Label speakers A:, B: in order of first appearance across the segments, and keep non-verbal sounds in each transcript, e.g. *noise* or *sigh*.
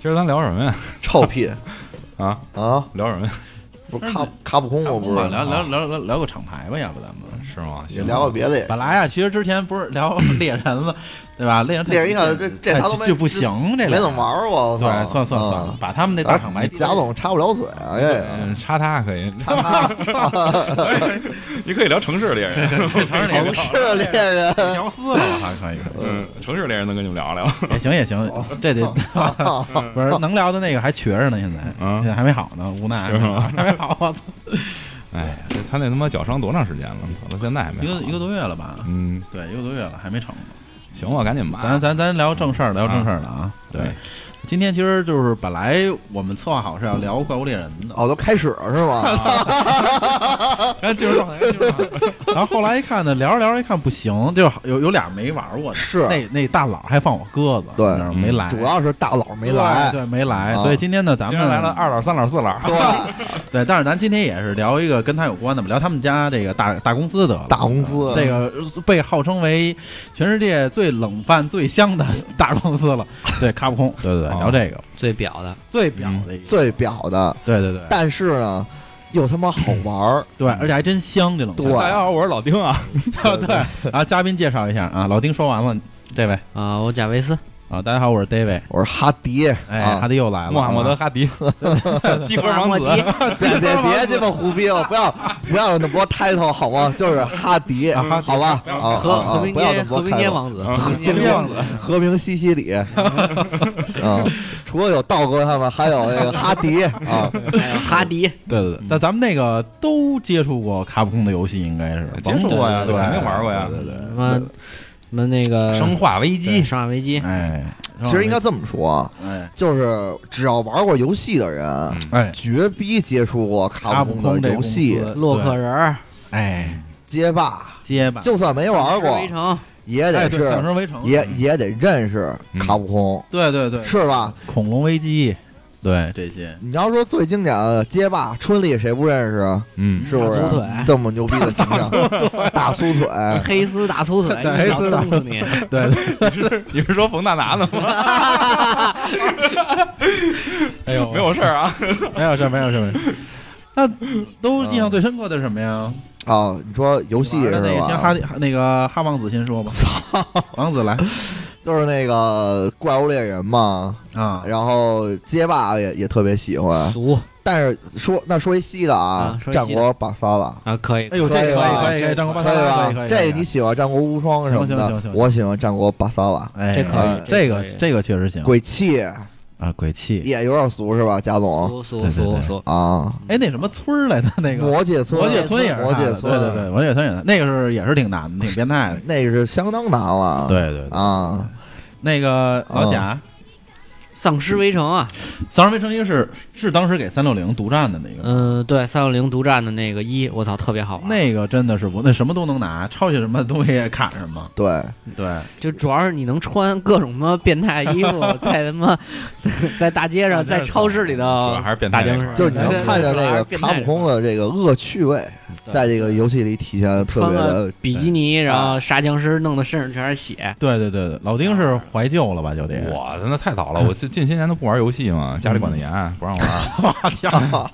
A: 今儿咱聊什么呀？
B: 臭屁
A: 啊
B: 啊！
A: 聊什么呀？
B: 不是卡卡普空，我不
C: 吧
B: 是
C: 聊聊聊聊聊个厂牌吧，要不咱们
A: 是吗？
B: 也
A: 行
B: 聊个别的也
C: 本来啊，其实之前不是聊猎人
A: *clears throat*
C: 了，对吧？猎人太
B: 猎人一看这这
C: 太
B: 啥都没
C: 哎就不行，这
B: 没
C: 个
B: 怎么玩儿过，我
C: 对，
B: 操！
C: 算算算了，把他们那
B: 嗯，
C: 大厂牌
B: 贾
C: *laughs*
B: 总插不了嘴啊，这
A: 嗯，插他可以， *laughs* 你可以聊城市猎人， *laughs* 城市
B: 同是猎
C: *laughs*
B: 人，
C: 聊撕了，还
B: *laughs*
C: 可以。
A: 嗯，城市猎人能跟你们聊聊。
C: 也行也行，
B: 哦
C: 这 *laughs* 得不是能聊的那个还瘸着呢，现在
A: 嗯
C: 现在还没好呢，无奈
A: 是吗
C: 还没好，我操，
A: 哎呀，这他那他妈脚伤多长时间了？操，到现在还没
C: 一个
A: 好
C: 一个多月了吧？
A: 嗯，
C: 对，一个多月了还没成呢。
A: 行吧，赶紧
B: 啊
A: 吧。
C: 咱咱咱聊正事儿，聊正事儿了啊。
A: 对
C: 对，今天其实就是本来我们策划好是要聊怪物猎人
A: *laughs*
C: 的，
B: 哦，都开始了是
C: *laughs* 啊
B: 吗？
C: 然后进入状态，进入状态然后后来一看呢，聊着聊着一看不行，就是有有俩没玩过的，
B: 是
C: 那那大佬还放我鸽子，
B: 对
C: 你知道吗没来，
B: 主要是大佬没来，
C: 对，对没来，
B: 啊
C: 所以今天呢，咱
A: 今
C: 们
A: 儿来了，二老、三老、四老，
B: *laughs* 对，
C: 对，但是咱今天也是聊一个跟他有关的嘛，聊他们家这个大大公司得了。
B: 大公司
C: 这个被号称为全世界最冷饭最香的大公司了，对，卡普空，对对对，
A: 哦
C: 聊这个
D: 最表的，
C: 最表的一个，
B: 最表的，
C: 对对对
B: 但是呢，又他妈好玩儿，
C: 对，而且还真香这冷
B: 对
C: 饭，
A: 大家好，我是老丁啊。
B: 对
C: 对，然后嘉宾介绍一下啊，老丁说完了，这位
D: 啊、我贾维斯，
C: 啊，大家好，我是 David，
B: 我是哈迪，
C: 哎，
B: 啊
C: 哈迪又来了，
A: 穆罕默德·哈迪， *laughs* 鸡冠王
D: 莫迪
A: 子，
B: 别别别鸡巴胡逼了，不要不要有那么多 title 好吗？就是哈迪，
C: 啊哈迪
B: 好吧？啊啊
D: 和
B: 啊
D: 和平
B: 不要那
D: 街
B: 么多
D: 和平街
B: title
D: 王子，
A: 啊
D: 和平街王子，
B: 和平西西里， *laughs* 啊，除了有道哥他们，还有那个哈迪
C: *laughs*
B: 啊，
D: 还有哈迪，
C: 对对对，那咱们那个都接触过卡普空的游戏，应该是
A: 接触过呀
C: 对，
A: 对没玩过呀
C: 对对
D: 什
C: 对，
D: 么什么那个
A: 生化危机
D: 对》生化危机，
C: 哎，
B: 其实应该这么说啊，
C: 哎
B: 就是只要玩过游戏的人，
C: 哎，
B: 绝逼接触过卡普空的游戏
C: 卡普空这公、司
D: 洛克人儿，
C: 哎，
B: 街霸，
C: 结巴
B: 就算没玩过
D: 丧尸围，城，
B: 也
C: 哎
B: 得
C: 对，丧
B: 是
C: 尸围城，
B: 也也得认识
C: 嗯
B: 卡普空，
C: 对对对，
B: 是吧？
C: 恐龙危机，对这些，
B: 你要说最经典的街霸，春丽谁不认识？
A: 嗯，
B: 是不是
D: 大粗腿
B: 这么牛逼的形象？ *laughs* 大粗腿，
D: 黑丝大粗腿，
C: 对
D: 一脚
C: 黑丝大
D: 蹬死你，
C: 对，
A: 你是说冯大拿的吗？
C: 哎
A: *laughs*
C: 呦，
A: 没有事儿啊。
C: 没有事没有事没有事。那都印象最深刻的是什么呀？
B: 啊，你说游戏
C: 玩
B: 是
C: 的那个先
B: 吧
C: 哈？哈那个哈王子先说吧，王子来
B: 就是那个怪物猎人嘛，
C: 啊，
B: 然后街霸也也特别喜欢，
D: *laughs* 俗
B: 但是说那说一稀的啊
D: 啊，说一稀的
B: 战国巴萨拉，
D: 啊，可以
C: 哎，呦，这
B: 可以
C: 个
B: 吧
C: 可以可以，战国
B: 可
C: 巴
B: 以
C: 萨拉
B: 吧
C: 可以，？可以
B: 这你喜欢战国无双什么
C: 行行行
B: 的，
C: 行
B: 我喜欢战国巴萨拉，
C: 哎，
D: 这
B: 哎
D: 可以，
C: 这
D: 个
C: 个这个确实行
B: 鬼泣
C: 啊，鬼泣
B: 也有点俗是吧，贾总
D: 俗
C: 对
D: 俗
C: 对对
D: 俗俗，
B: 啊？
C: 哎，那什么村儿来的那个
B: 魔界村，
C: 魔界村也是
B: 魔
C: 他
B: 界
C: 的
B: 村，啊
C: 对对对，魔界村也是他那个是也是挺难的，挺变态的，
B: 那是相当难了，
C: 对对对，
B: 啊，
C: 那个老贾，
D: 丧尸围城啊，
C: 丧尸围城一是是当时给三六零独占的那个，
D: 嗯，对，三六零独占的那个一，我操，特别好玩，
C: 那个真的是我那什么都能拿，抄起什么东西也砍什么，
B: 对，
C: 对，
D: 就主要是你能穿各种什么变态衣服，在他妈 *laughs* 在在大街上，在超市里
A: 主
D: 头
C: 哦
A: 要，还是变
D: 大
A: 态那
D: 僵
A: 块儿，
D: 尸
B: 就是你能看见那个卡普空的这个恶趣味，
D: 对
B: 在这个游戏里体现得特别的
D: 比基尼，然后杀僵尸，弄得身上全是血。
C: 对对对对，老丁是怀旧了吧？就得
A: 我那太早了，我近近些年都不玩游戏嘛，家里管得严，
C: 嗯
A: 不让玩。
C: *laughs*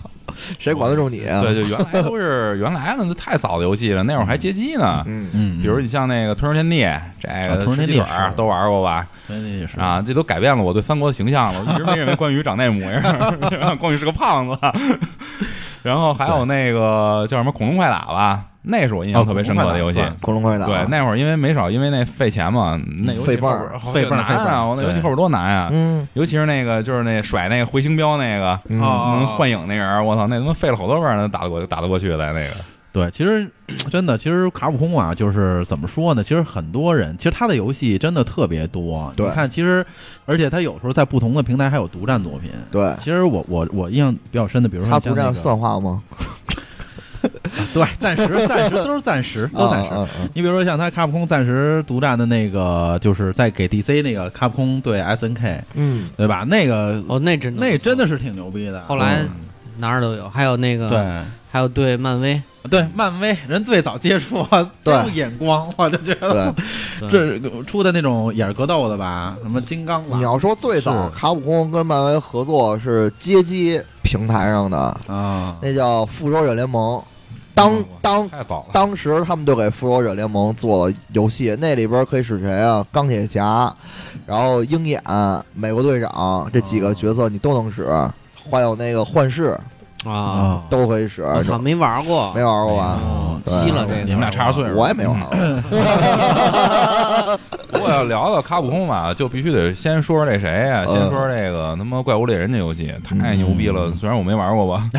B: 谁管得住你啊？
A: 对，就原来都是原来呢，那太早的游戏了，那会儿还街机呢。
B: 嗯，
C: 嗯，
A: 比如你像那个《吞食天地》，这
C: 啊
A: 个
C: 吞食天地
A: 吃鸡腿儿
C: 是
A: 都玩过吧？
C: 那也是，
A: 啊，这都改变了我对三国的形象了。我一直没认为关羽长那模样， *laughs* 关羽是个胖子。然后还有那个叫什么《恐龙快打》吧，那是我印象
C: 哦
A: 特别深刻的游戏
C: 恐龙快打。
B: 恐龙快打，
C: 算
A: 对，那会儿因为没少因为那费钱嘛，那游戏
B: 费棒儿
A: 后边
C: 费棒儿
A: 好难
C: 费棒
A: 啊！
C: 儿
A: 我那游戏
C: 对
A: 后边多难啊！
B: 嗯，
A: 尤其是那个就是那甩那个回形镖那个，
B: 嗯
C: 哦
A: 能幻影那人儿，我操，那他妈费了好多半儿才打得过打得过去的那个。
C: 对，其实真的，其实卡普空啊，就是怎么说呢？其实很多人，其实他的游戏真的特别多。
B: 对
C: 你看，其实而且他有时候在不同的平台还有独占作品。
B: 对，
C: 其实我我我印象比较深的，比如说
B: 他
C: 像
B: 不这样
C: 那个
B: 算话吗？
C: 对，暂时暂时都是暂时都暂时。
B: 啊啊啊
C: 你比如说像他卡普空暂时独占的那个，就是在给 DC 那个卡普空对 SNK，
B: 嗯，
C: 对吧？那个、
D: 哦，那真的
C: 那真的是挺牛逼的。嗯
D: 后来
B: 嗯
D: 嗯哪儿都有，还有那个
C: 对，
D: 还还有对漫威，
C: 对漫威人最早接触，
B: 对
C: 都眼光，我就觉得
B: 嗯
C: *laughs*
B: 对，
C: 这出的那种也是格斗的吧，什么金刚
B: 你
C: 狼
B: 要说最早卡普空跟漫威合作是街机平台上的，
C: 啊，
B: 那叫《复仇者联盟》，当
C: 嗯
B: 当
A: 太早了，
B: 当时他们就给《复仇者联盟》做了游戏，那里边可以使谁啊？钢铁侠，然后鹰眼、美国队长这几个角色你都能使，
C: 哦
B: 还有那个幻视
D: 啊，
B: 都可以使。
C: 哦
D: 我操，没玩过，
B: 没玩过吧？
D: 哦
B: 对
D: 吸了这个，
A: 你们俩差着
C: 哦
A: 岁数。
B: 我也没玩
C: 嗯
B: 过。
A: 如果要聊到卡普空吧，就必须得先说说这谁呀、
B: 嗯
A: 先说这个他妈怪物猎人这游戏太牛逼了，虽然我没玩过吧，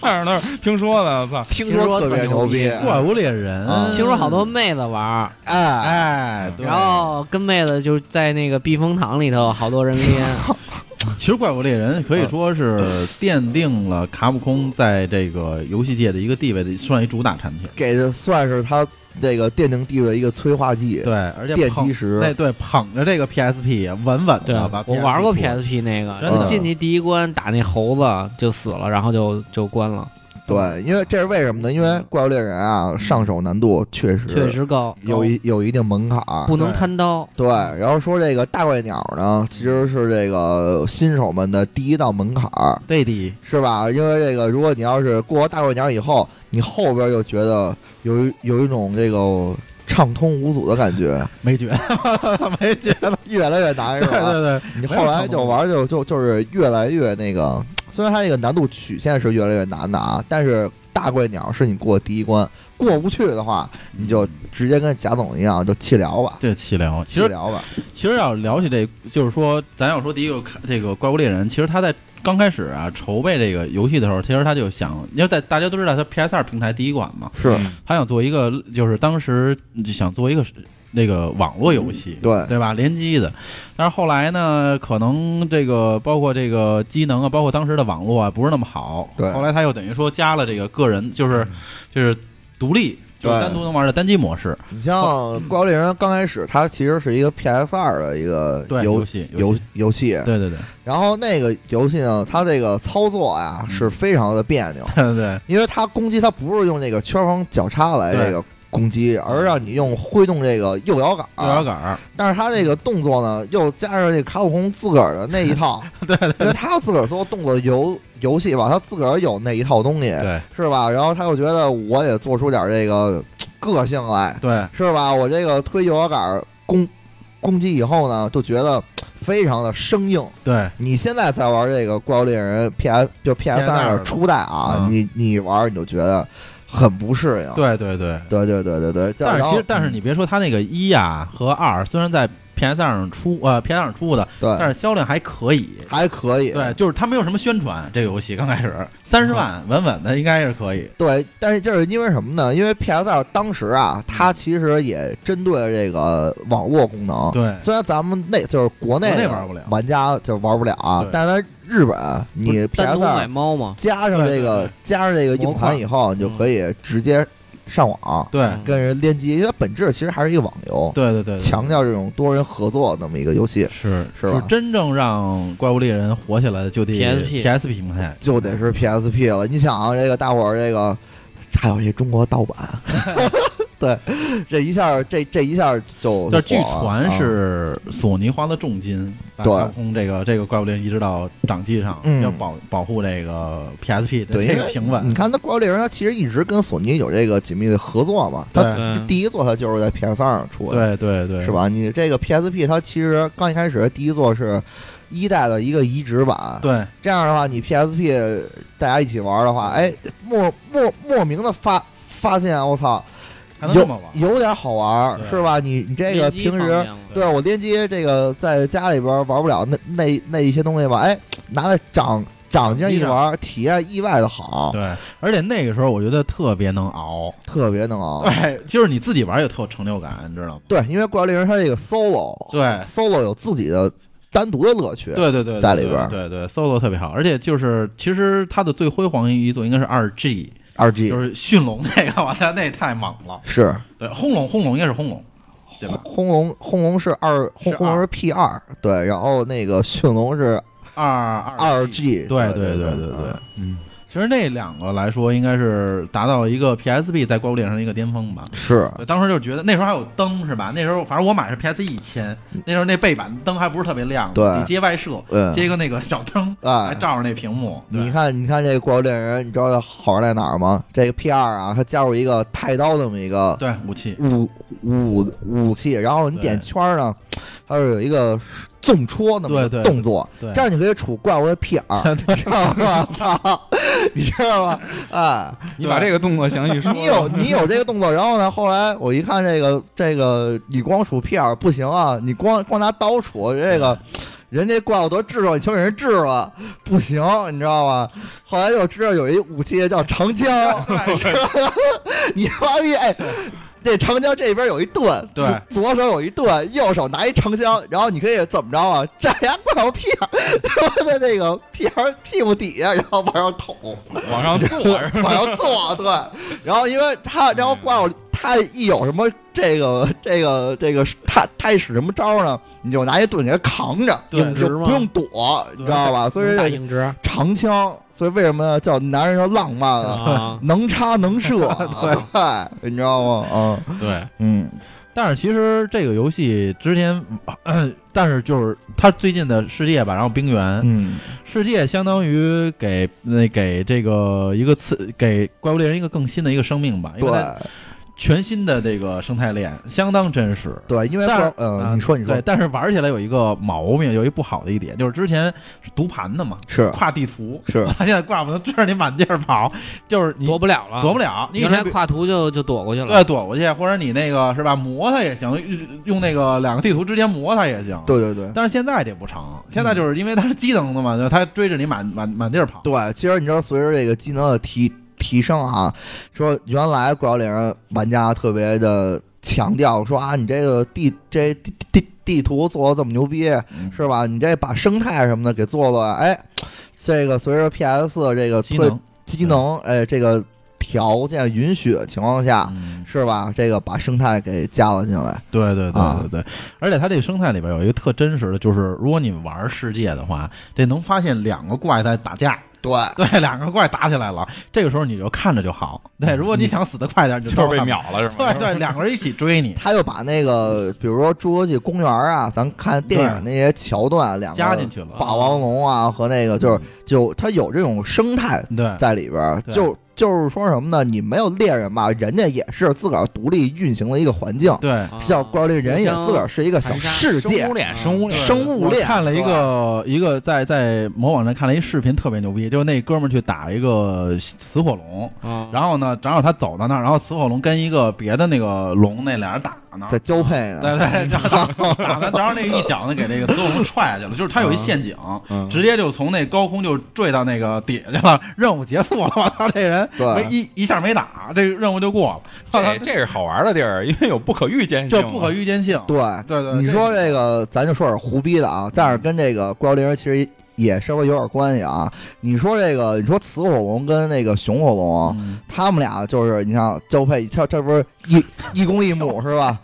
A: 但是那儿听说的，我操，
B: 听说特别牛逼，
C: 怪物猎人
B: 啊，
D: 听说好多妹子玩儿，
B: 哎，
C: 哎，对
D: 然后跟妹子就在那个避风塘里头，好多人
B: *laughs*
D: 连。
C: 其实《怪物猎人》可以说是奠定了卡普空在这个游戏界的一个地位的，算一主打产品。
B: 给的算是他这个奠定地位的一个催化剂、
C: 对，而且
B: 奠
C: 捧
B: 基石。
C: 那对捧着这个 PSP 稳稳
D: 对
C: 的把，
D: 我玩过
C: PSP
D: PSP 那个，
C: 真的
D: 进去第一关打那猴子就死了，然后就就关了，
B: 对，因为这是为什么呢？因为《怪物猎人》啊，上手难度确实
D: 确实高，
B: 有一有一定门槛儿，
D: 不能
C: 对
D: 贪刀。
B: 对，然后说这个大怪鸟呢，其实是这个新手们的第一道门槛儿，
C: 贝蒂，
B: 是吧？因为这个，如果你要是过了大怪鸟以后，你后边就觉得有一有一种这个畅通无阻的感觉，
C: 没觉， *laughs* 没觉，
B: 越来越难，是
C: 对
B: 吧？
C: 对对，
B: 你后来就玩就就就是越来越那个，虽然它这个难度曲线是越来越难的啊，但是大怪鸟是你过的第一关，过不去的话，你就直接跟贾总一样就弃疗吧，
C: 这气聊。嗯其
B: 弃
C: 实
B: 疗吧，
C: 其实要聊起这，就是说，咱要说第一个看这个《怪物猎人》，其实他在刚开始啊筹备这个游戏的时候，其实他就想，因为在大家都知道他 PS 二平台第一款嘛，
B: 是
C: 他想做一个，就是当时就想做一个那个网络游戏，
B: 嗯对
C: 对吧？联机的，但是后来呢，可能这个包括这个机能啊，包括当时的网络啊，不是那么好。
B: 对
C: 后来他又等于说加了这个个人，就是就是独立，就是
B: 对
C: 单独能玩的单机模式，
B: 你像《怪物猎人》刚开始，它其实是一个 PS 二的一个
C: 对
B: 游
C: 戏游
B: 游
C: 戏，
B: 游戏，
C: 对对对
B: 然后那个游戏呢，它这个操作呀
C: 嗯
B: 是非常的别扭，
C: *laughs* 对对
B: 因为它攻击它不是用这个圈方交叉来
C: 对
B: 这个攻击，而让你用挥动这个右摇杆，
C: 对，摇摇，杆儿，
B: 但是它这个动作呢，又加上这个卡普空自个儿的那一套，
C: *laughs* 对对
B: 因为他自个儿做动作游游戏吧，他自个儿有那一套东西，
C: 对
B: 是吧？然后他又觉得我得做出点这个个性来，
C: 对
B: 是吧？我这个推右摇杆儿攻攻击以后呢，就觉得非常的生硬。
C: 对，
B: 你现在在玩这个《怪物猎人》PS 就 PS
C: 二
B: 二
C: 了
B: 初代啊，
C: 嗯
B: 你你玩你就觉得很不适应。
C: 对对对。
B: 对对对对对，
C: 但
B: 然
C: 是其
B: 后嗯
C: 实，但是你别说他那个一呀和二，虽然在 PS 二上出，呃，PS 二上出的，但
B: 对
C: 是销量还可以，
B: 还可以。
C: 对，就是它没有什么宣传，这个游戏刚开
B: 嗯
C: 始三十万稳稳的应该是可以。
B: 对，但是这是因为什么呢？因为 PS 二当时啊，
C: 嗯
B: 它其实也针对这个网络功能。
C: 对，
B: 虽然咱们内就是国内
C: 国内
B: 的
C: 玩不了
B: 玩家就玩不了啊
C: 对，
B: 但是在日本你
D: 单独
B: PS 二
D: 买猫嘛，
B: 加上这
C: 对对
B: 个
C: 对
B: 加上这个硬
D: 模块
B: 盘以后，你就可以直接上网
C: 对，
B: 跟人联机，因为它本质其实还是一个网游，
C: 对嗯对对，对
B: 强调这种多人合作的那么一个游戏，
C: 是
B: 是
C: 就
B: 吧
C: 真正让怪物猎人火起来的就得
D: PSP
C: PSP 平台，
B: 就得是 PSP 了。你想啊，这个大伙儿这个还有这中国盗版， *laughs* 对，这一下这这一下就
C: 就是据
B: 火了
C: 传
B: 啊
C: 是索尼花了重金把
B: 对
C: 高空这个这个怪物猎人移植到掌机上，
B: 嗯
C: 要保保护这个 PSP 的
B: 对
C: 这
B: 因
C: 个
B: 为
C: 平稳
B: 你。看，它《怪物猎人》它其实一直跟索尼有这个紧密的合作嘛，它
C: 对
D: 对
B: 第一座它就是在 PS 二上出的，
C: 对对对，
B: 是？吧？你这个 PSP 它其实刚一开始第一座是一代的一个移植版，
C: 对
B: 这样的话你 PSP 大家一起玩的话，哎，莫莫莫名的发发现，我操，
C: 还能这么玩？
B: 有点好玩，
C: 对
B: 是吧？你你这个
D: 联机
B: 平
D: 方
B: 时
D: 便。了
B: 对我联机这个在家里边玩不了那那那一些东西吧，哎，拿在掌掌机上一玩，体验意外的好，
C: 对，而且那个时候我觉得特别能熬，
B: 特别能熬。
C: 对，就是你自己玩也特有成就感，你知道吗？
B: 对，因为怪物猎人它这个 solo，
C: 对
B: solo 有自己的单独的乐趣。
C: 对对对，
B: 在
C: 对
B: 里边儿
C: 对对 solo 特别好，而且就是其实它的最辉煌一作应该是二 G，
B: 二 G
C: 就是驯龙那个，我操，那也太猛了。
B: 是
C: 对，轰龙轰龙应该是轰龙，对吧？
B: 轰龙，轰龙是二，轰
C: 是
B: 轰龙
C: 二
B: 是 P 二，对，然后那个驯龙是
C: 二二
B: *laughs* 二 G，
C: 对
B: 对
C: 对
B: 对
C: 对对
B: 嗯
A: 嗯，
C: 其实那两个来说，应该是达到一个 PSP 在怪物猎人上的一个巅峰吧。
B: 是
C: 我啊当时就觉得那时候还有灯是吧？那时候反正我买是 PSP 一千，那时候那背板灯还不是特别亮，
B: 嗯对
C: 你接外设，
B: 嗯
C: 接一个那个小灯，
B: 哎
C: 还照着那屏幕。对
B: 你看，你看这个《怪物猎人》，你知道它好玩在哪儿吗？这个 P 二啊，它加入一个太刀这么一个
C: 对武器，
B: 武武武器，然后你
C: 对
B: 点圈儿呢，它是有一个纵戳那么一个
C: 对对
B: 动作，
C: 对 *laughs*
B: 这样你可以杵怪物的 P 二，你知道吗？操，你知道吗？哎，
A: 你把这个动作详细说。
B: *laughs* 你有你有这个动作，然后呢，后来我一看这个这个，你光杵 P 二不行啊，你光光拿刀杵这个。人家怪物多治了，你就给人治了，不行，你知道吗？后来就知道有一武器叫长枪，你妈逼，哎，那长枪这边有一盾，
C: 对
B: 左左手有一盾，右手拿一长枪，然后你可以怎么着啊？ *laughs* 站牙怪物屁眼，他妈的那个屁眼儿屁股底下，然后往上捅，
A: 往上坐，
B: *laughs* 往上坐，啊对。然后因为他，然后怪物他一有什么这个这个这个，他他一使什么招呢？你就拿一盾给他扛着，
C: 对
B: 你就
D: 直吗
B: 不用躲，你知道吧？所以
D: 大
B: 这
D: 硬直
B: 长枪，所以为什么叫男人叫浪漫啊？
D: 啊，
B: 能插能射，啊对，你知道吗？
A: 对，
B: 嗯嗯，
C: 但是其实这个游戏之前，呃但是就是它最近的世界吧，然后冰原，
B: 嗯，
C: 世界相当于给那给这个一个次给怪物猎人一个更新的一个生命吧，因为它
B: 对
C: 全新的这个生态链相当真实。
B: 对，因为
C: 但是
B: 怪嗯，
C: 啊
B: 你说你说
C: 对，但是玩起来有一个毛病，有一不好的一点，就是之前是读盘的嘛，
B: 是
C: 跨地图，
B: 是，
C: 他现在挂不能追着你满地儿跑，就是你
D: 躲不了了，
C: 躲不了，你以
D: 原来
C: 前比呃
D: 跨图就就躲过去了
C: 对，躲过去，或者你那个是吧，磨它也行，用那个两个地图之间磨它也行。
B: 对对对
C: 但是现在这不成，现在就是因为它是机能的嘛，就它追着你满满满地儿跑。
B: 对，其实你知道，随着这个技能的提提升啊，说原来怪物猎人玩家特别的强调说啊，你这个地这地地地图做的这么牛逼，
C: 嗯
B: 是吧？你这把生态什么的给做了，哎，这个随着 PS 这个
C: 机
B: 推
C: 能，
B: 机能，哎，这个条件允许的情况下，
C: 嗯
B: 是吧？这个把生态给加了进来，
C: 对对
B: 啊
C: 对对对，而且它这个生态里边有一个特真实的，就是如果你玩世界的话，这能发现两个怪在打架，
B: 对，
C: *laughs* 对，两个怪打起来了，这个时候你就看着就好。对，如果你想死得快点，你
A: 嗯就是被
C: 瞄。
A: 秒了是吗？
C: 对对，两个人一起追
A: *laughs*
C: 你，
B: 他又把那个，比如说《侏罗纪公园》啊，咱看电影那些桥段，两个
C: 加进去了嗯
B: 霸王龙啊和那个就是就它有这种生态
C: 对
B: 在里边儿，
C: 对
B: 就就是说什么呢？你没有猎人吧，人家也是自个儿独立运行的一个环境，
C: 对。
D: 啊
B: 叫怪猎人也自个儿是一个小
D: 互相
B: 世界
A: 生物，链，生物链，
B: 生物链
C: 我看了一个一个在在某网站看了一视频，特别牛逼，就是那哥们儿去打一个死火龙，
D: 啊，
C: 然后呢，正好他走到那儿，然后死火龙跟一个别的那个龙那俩人打呢，
B: 在交配
C: 对
B: 呢。
C: 对，打打他，然后那一脚呢给那个死火龙踹下去了，就是他有一陷阱，
A: 嗯
C: 直接就从那高空就坠到那个底下去了，任务结束了，我操，这人
B: 对
C: 没一一下没打，这任务就过了，我操
A: 这这是好玩的地儿，因为有不可预见性
C: 这
A: 嘛，
C: 不可预见性，
B: 对，
C: 对嗯对，
B: 你说这个，咱就说点胡逼的啊，但是跟这个怪物猎人其实也稍微有点关系啊。你说这个，你说雌火龙跟那个雄火龙啊，
C: 嗯
B: 他们俩就是你像交配，这这不是一一公一母是
C: *laughs*
B: 吧？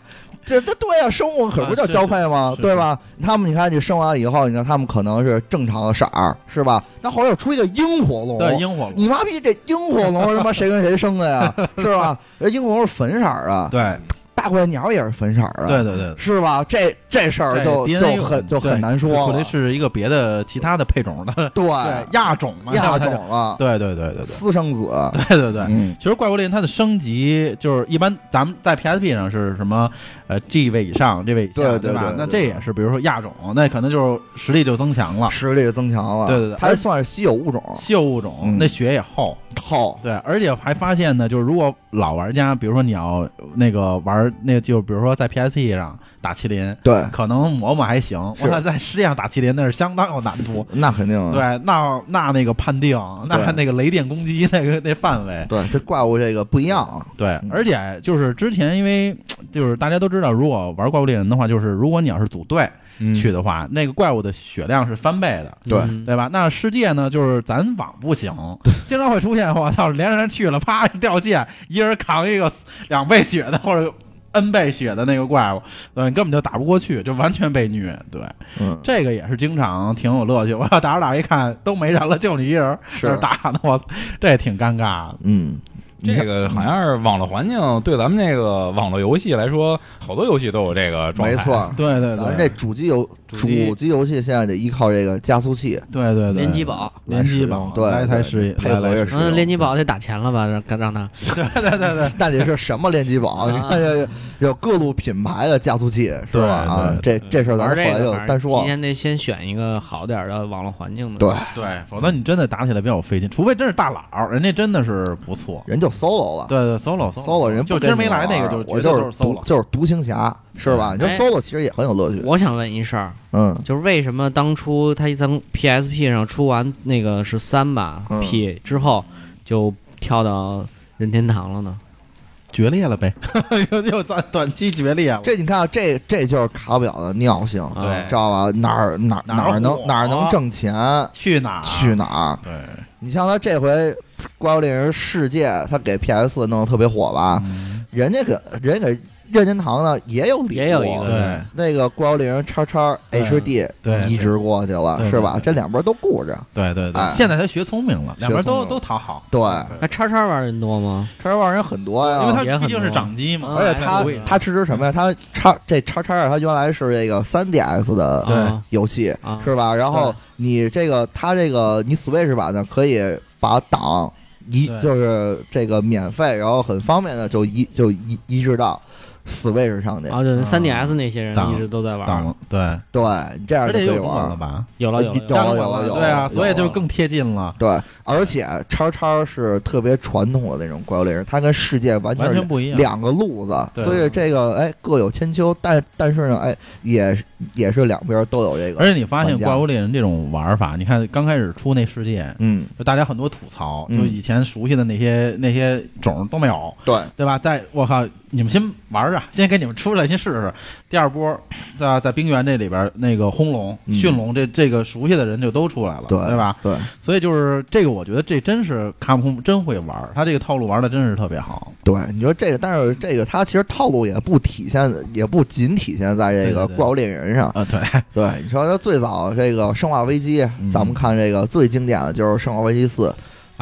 B: 这这对啊，生物可不叫交配吗？
C: 啊是是
B: 对吧？他们你看，你生完以后，你看他们可能是正常的色儿，是吧？那后来又出一个英火龙，
C: 对萤火龙，
B: 你妈逼这英火龙
C: *laughs*
B: 他妈谁跟谁生的呀？是吧？人英火龙是粉色儿啊，
C: 对
B: 大怪鸟也是粉色儿啊，
C: 对对对。
B: 是吧？这这事儿
C: 对
B: 就
C: DNA
B: 就
C: 有
B: 很就
C: 对
B: 很难说
C: 或
B: 了
C: 者，是一个别的其他的配种的，
B: 对，
C: 亚种嘛，
B: 亚
C: 它
B: 种
C: 叫，
B: 了，
C: 对对对对对
B: 私生子，
C: 对对对，
B: 嗯，
C: 其实怪物猎人它的升级就是一般咱们在 PSP 上是什么呃 G 位以上，这位以下，
B: 对对对
C: 吧
B: 对？
C: 那
B: 对
C: 这也是，比如说亚种，那可能就是实力就增强了。
B: 实力增强了，
C: 对对对
B: 它
C: 而
B: 算是稀有物种，
C: 稀有物种、
B: 嗯
C: 那血也厚，
B: 好，
C: 对，而且还发现呢，就是如果老玩家，比如说你要那个玩那个，就比如说在 PSP 上打麒麟，
B: 对，
C: 可能磨磨还行，我
B: 是
C: 操，在世界上打麒麟那是相当有难度。
B: 那肯定，啊
C: 对，那那那个判定，那
B: 对
C: 那个雷电攻击那个那范围，
B: 对，这怪物这个不一样啊，
C: 对
B: 嗯，
C: 而且就是之前，因为就是大家都知道，如果玩怪物猎人的话，就是如果你要是组队
A: 嗯
C: 去的话，那个怪物的血量是翻倍的，
B: 对
D: 嗯
C: 对吧？那世界呢，就是咱网不行，经常会出现我操，连人去了，啪掉线，一人扛一个两倍血的，或者 n 倍血的那个怪物， *laughs* 对，根本就打不过去，就完全被虐。对，
B: 嗯，
C: 这个也是经常挺有乐趣。我要打着打着一看都没人了，就你一人儿
B: 是
C: 在那儿，打呢，我操，这也挺尴尬的。
B: 嗯，你
A: 这
B: 看
A: 个好像是网络环境对咱们这个网络游戏来说，好多游戏都有这个状态。
B: 没，
C: *laughs*
B: 错，
C: 对对
B: 咱
C: 对，
B: 这主机游
C: 主机
B: 主机游戏现在得依靠这个加速器
C: 对对对
D: 联机宝，
B: 来
C: 联
B: 使
C: 机
B: 用
C: 宝
B: 对，
C: 来
B: 对
C: 才使
B: 配
C: 来来
B: 合也
C: 使
B: 是
D: 嗯，
B: 用
D: 联机宝得打钱了吧？让让他
C: 对对对，
B: 那得是什么联机宝？
C: *laughs*
D: 啊
B: 你看有有各路品牌的加速器是
C: 对
B: 吧？啊，这这事儿咱
D: 玩
B: 后
D: 这
B: 来
D: 个
B: 就
D: 反正
B: 单说
D: 提
B: 了。
D: 前得先选一个好点儿的网络环境的。
B: 对
C: 对，否哦则你真的打起来比较费劲，除非真是大佬儿，人家真的是不错。
B: 人就 solo 了
C: 对对，solo
B: ，solo 人
C: 就
B: 不
C: 今儿
B: 跟
C: 没
B: 你
C: 来那
B: 玩
C: 个
B: 儿
C: 就
B: 我
C: 绝对
B: 是
C: 都是 solo 嗯
B: 独就是独行侠是吧？你说
D: 哎
B: solo 其实也很有乐趣，
D: 我想问一事儿，
B: 嗯
D: 就是为什么当初它一层 PSP 上出完那个是三吧、
B: 嗯
D: P 之后，就跳到任天堂了呢？
C: 决裂了呗，又又短短期决裂了。
B: 这你看啊，这这就是卡表的尿性，
C: 对
B: 知道吧？哪儿哪儿
C: 哪儿
B: 儿
C: 火啊
B: 能哪儿能挣钱
C: *laughs* 去哪儿？啊
B: 去哪儿？
C: 对
B: 你像他这回《怪物猎人世界》，他给 PS 弄得特别火吧？
C: 嗯
B: 人家给人家给任天堂呢也有礼物，
D: 也有一个
C: 对
B: 那个《怪物猎人叉叉
C: 对
B: HD》
C: 对
B: 移植过去了
C: 对
B: 是吧
C: 对？对
B: 这两边都顾着，
C: 对对对
B: 哎，
C: 现在他学聪明了，两边
B: 学
C: 都
B: 聪明
C: 都
B: 了
C: 讨好。
B: 对
D: 那叉叉玩的人多吗？
B: 叉叉人很多呀，
C: 因为他
D: 也很
C: 毕竟是
D: 多
C: 掌机
B: 哎
C: 嘛，
B: 嗯而且
D: 哎
B: 他
D: 所以
B: 他支持什么呀？他叉这叉叉啊，他原来是这个 3DS 的
C: 对
D: 啊
B: 游戏
D: 啊
B: 是吧？然后
D: 对
B: 你这个它这个你 Switch 版呢，可以把档移
C: 对，
B: 就是这个免费，然后很方便的就移就移移植到 Switch 上去。
D: 啊，对，
C: 嗯
D: 三 DS 那些人
C: 当
D: 一直都在玩
C: 挡
D: 儿，
C: 了，对，
B: 对，你这样就
C: 而
B: 可
C: 且
B: 以
C: 又管了
B: 玩。
C: 吧？
D: 有了有了
B: 有
D: 有了，
B: 了
C: 掌管了
B: 有
C: 对啊，
B: 了
C: 所以就
B: 有了
C: 更贴近了，
B: 对，而且叉叉是特别传统的那种怪物猎人，它跟世界完全
C: 完
B: 是
C: 全不一样。
B: 啊两个路子，
C: 对
B: 所以这个哎各有千秋，但但是呢，哎也是也是两边都有这
C: 而
B: 个，
C: 且你发现
B: 玩
C: 《
B: 家
C: 怪物猎人》这种玩法，你看刚开始出那世界，
B: 嗯，
C: 就大家很多吐槽，就
B: 嗯
C: 以前熟悉的那些那些种都没有，
B: 对，
C: 对吧？在我靠，你们先玩着，先给你们出来，先试试。第二波，在在冰原这里边，那个轰龙、
B: 嗯
C: 驯龙这这个熟悉的人就都出来了，
B: 对
C: 吧？？
B: 对，
C: 所以就是这个，我觉得这真是卡普空真会玩，他这个套路玩的真是特别好。
B: 对，你说这个，但是这个它其实套路也不体现，也不仅体现在这
C: 对对
B: 个
C: 对
B: 怪物猎人上。
C: 啊，对，
B: 对，你说它最早这个《生化危机》
C: 嗯
B: 咱们看这个最经典的就是《生化危机四》
C: 啊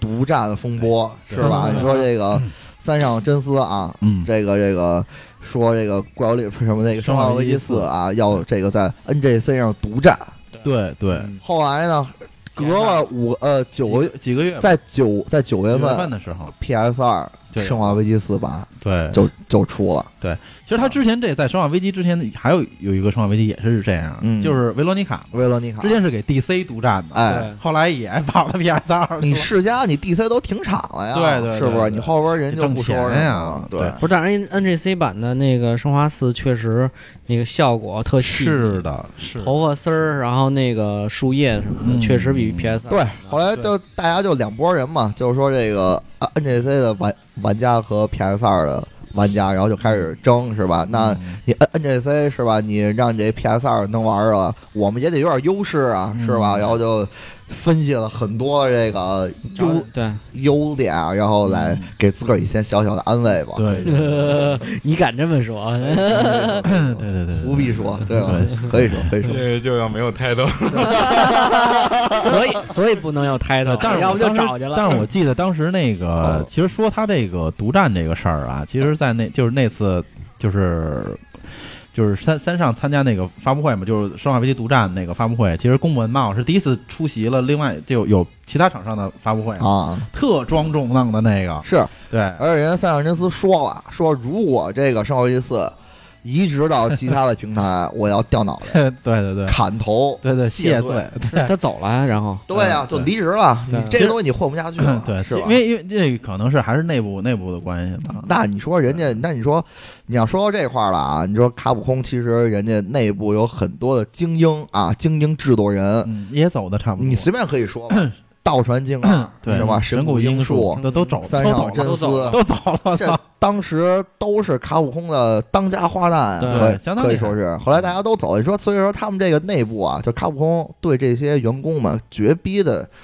B: 独占风波 *laughs*
C: 对
B: 是吧？
C: 对
B: 你说这个三上真司啊，*laughs*
C: 嗯，
B: 这个这个说这个怪物猎什么那个《生化危机四》啊，要这个在 NGC 上独占。
C: 对对，
B: 后来呢，隔了五呃九个
C: 几
B: 月，
C: 个几个月吧，
B: 在九在九月
C: 九月份
B: 份
C: 的时候，
B: ，PS 二
C: 对
B: 《生化危机四》版
C: 对，
B: 就就出了。
C: 其实他之前这在《生化危机》之前还有有一个《生化危机》也是这样，
B: 嗯
C: 就是维罗妮卡，
B: 维罗妮卡
C: 之，前是给 DC 独占的，
B: 哎，
C: 后来也跑到 PS 二，
B: 你世嘉你 DC 都停产了呀，
C: 对对对
B: 是不
C: 对
B: 是？你后边人就
C: 挣
B: 不说
C: 钱
B: 什么
C: 呀
B: 了
C: 对
B: 对，
D: 不是，但是 N G C 版的那个《生化四》确实那个效果特细腻，
C: 是的，是
D: 头发丝儿，然后那个树叶什么
C: 嗯
D: 的，确实比 PS
B: 对，后来
C: 对
B: 就大家就两拨人嘛，就是说这个啊 NGC 的玩玩家和 PS 二的玩家，然后就开始争是吧？那
C: 嗯
B: 你 N NGC 是吧？你让你这 PS 二能玩了，我们也得有点优势啊，
C: 嗯
B: 是吧？然后就分析了很多这个优
D: 对，
B: 优点啊，然后来给自个儿一些小小的安慰吧。*laughs*
C: 嗯 *laughs* 对对
D: 你敢这么说？ *laughs*
C: 对对对，
B: 不必说，对吧？可以说，可以说。
A: 这就要没有态度。
D: 所以所以不能有 title，
C: 但是
D: 要
C: 我
D: 不就
C: 当时
D: 找去了。
C: 但是我记得当时那个，其实说他这个独占这个事儿啊，其实，在那就是那次就是。就是三三上参加那个发布会嘛，就是《生化危机》独占那个发布会。其实宫本茂是第一次出席了，另外就有其他厂商的发布会，
B: *laughs* 啊，
C: 特庄重弄的那个。
B: 是，
C: 对， *laughs*
B: 而且人家塞尚真斯说了，说如果这个《生化危机四》移植到其他的平台，我要掉脑袋、
C: 对对 *laughs* 对
B: 砍头、
C: 对对，谢
B: 谢
C: 罪。
D: 他走了，然后
B: 对呀、就
C: 对，
B: 离职了。
D: 对
B: 你这个东西你混不下去了
C: 嗯对，
B: 是吧
C: 因？为因为这可能是还是内部内部的关系吧。
B: 那你说人家，那你说你要说到这块儿了啊，你说卡普空其实人家内部有很多的精英啊，精英制作人，
C: 嗯也走的差不多。
B: 你随便可以说吧，道传京二
C: 对
B: 是吧？
C: 神
B: 神谷
C: 英
B: 英树、
C: 都都走了
B: 三
C: 都走
B: 上
C: 了
B: 真
D: 都走
B: 司
D: 了，
C: 都走了，我
B: 这
C: 操！
B: 当时都是卡普空的当家花旦啊，
D: 对
B: 可以
C: 相当
B: 可
C: 厉
B: 以
C: 害
B: 说是。后来大家都走，你说所以说他们这个内部啊，就卡普空对这些员工们绝逼的
C: *laughs*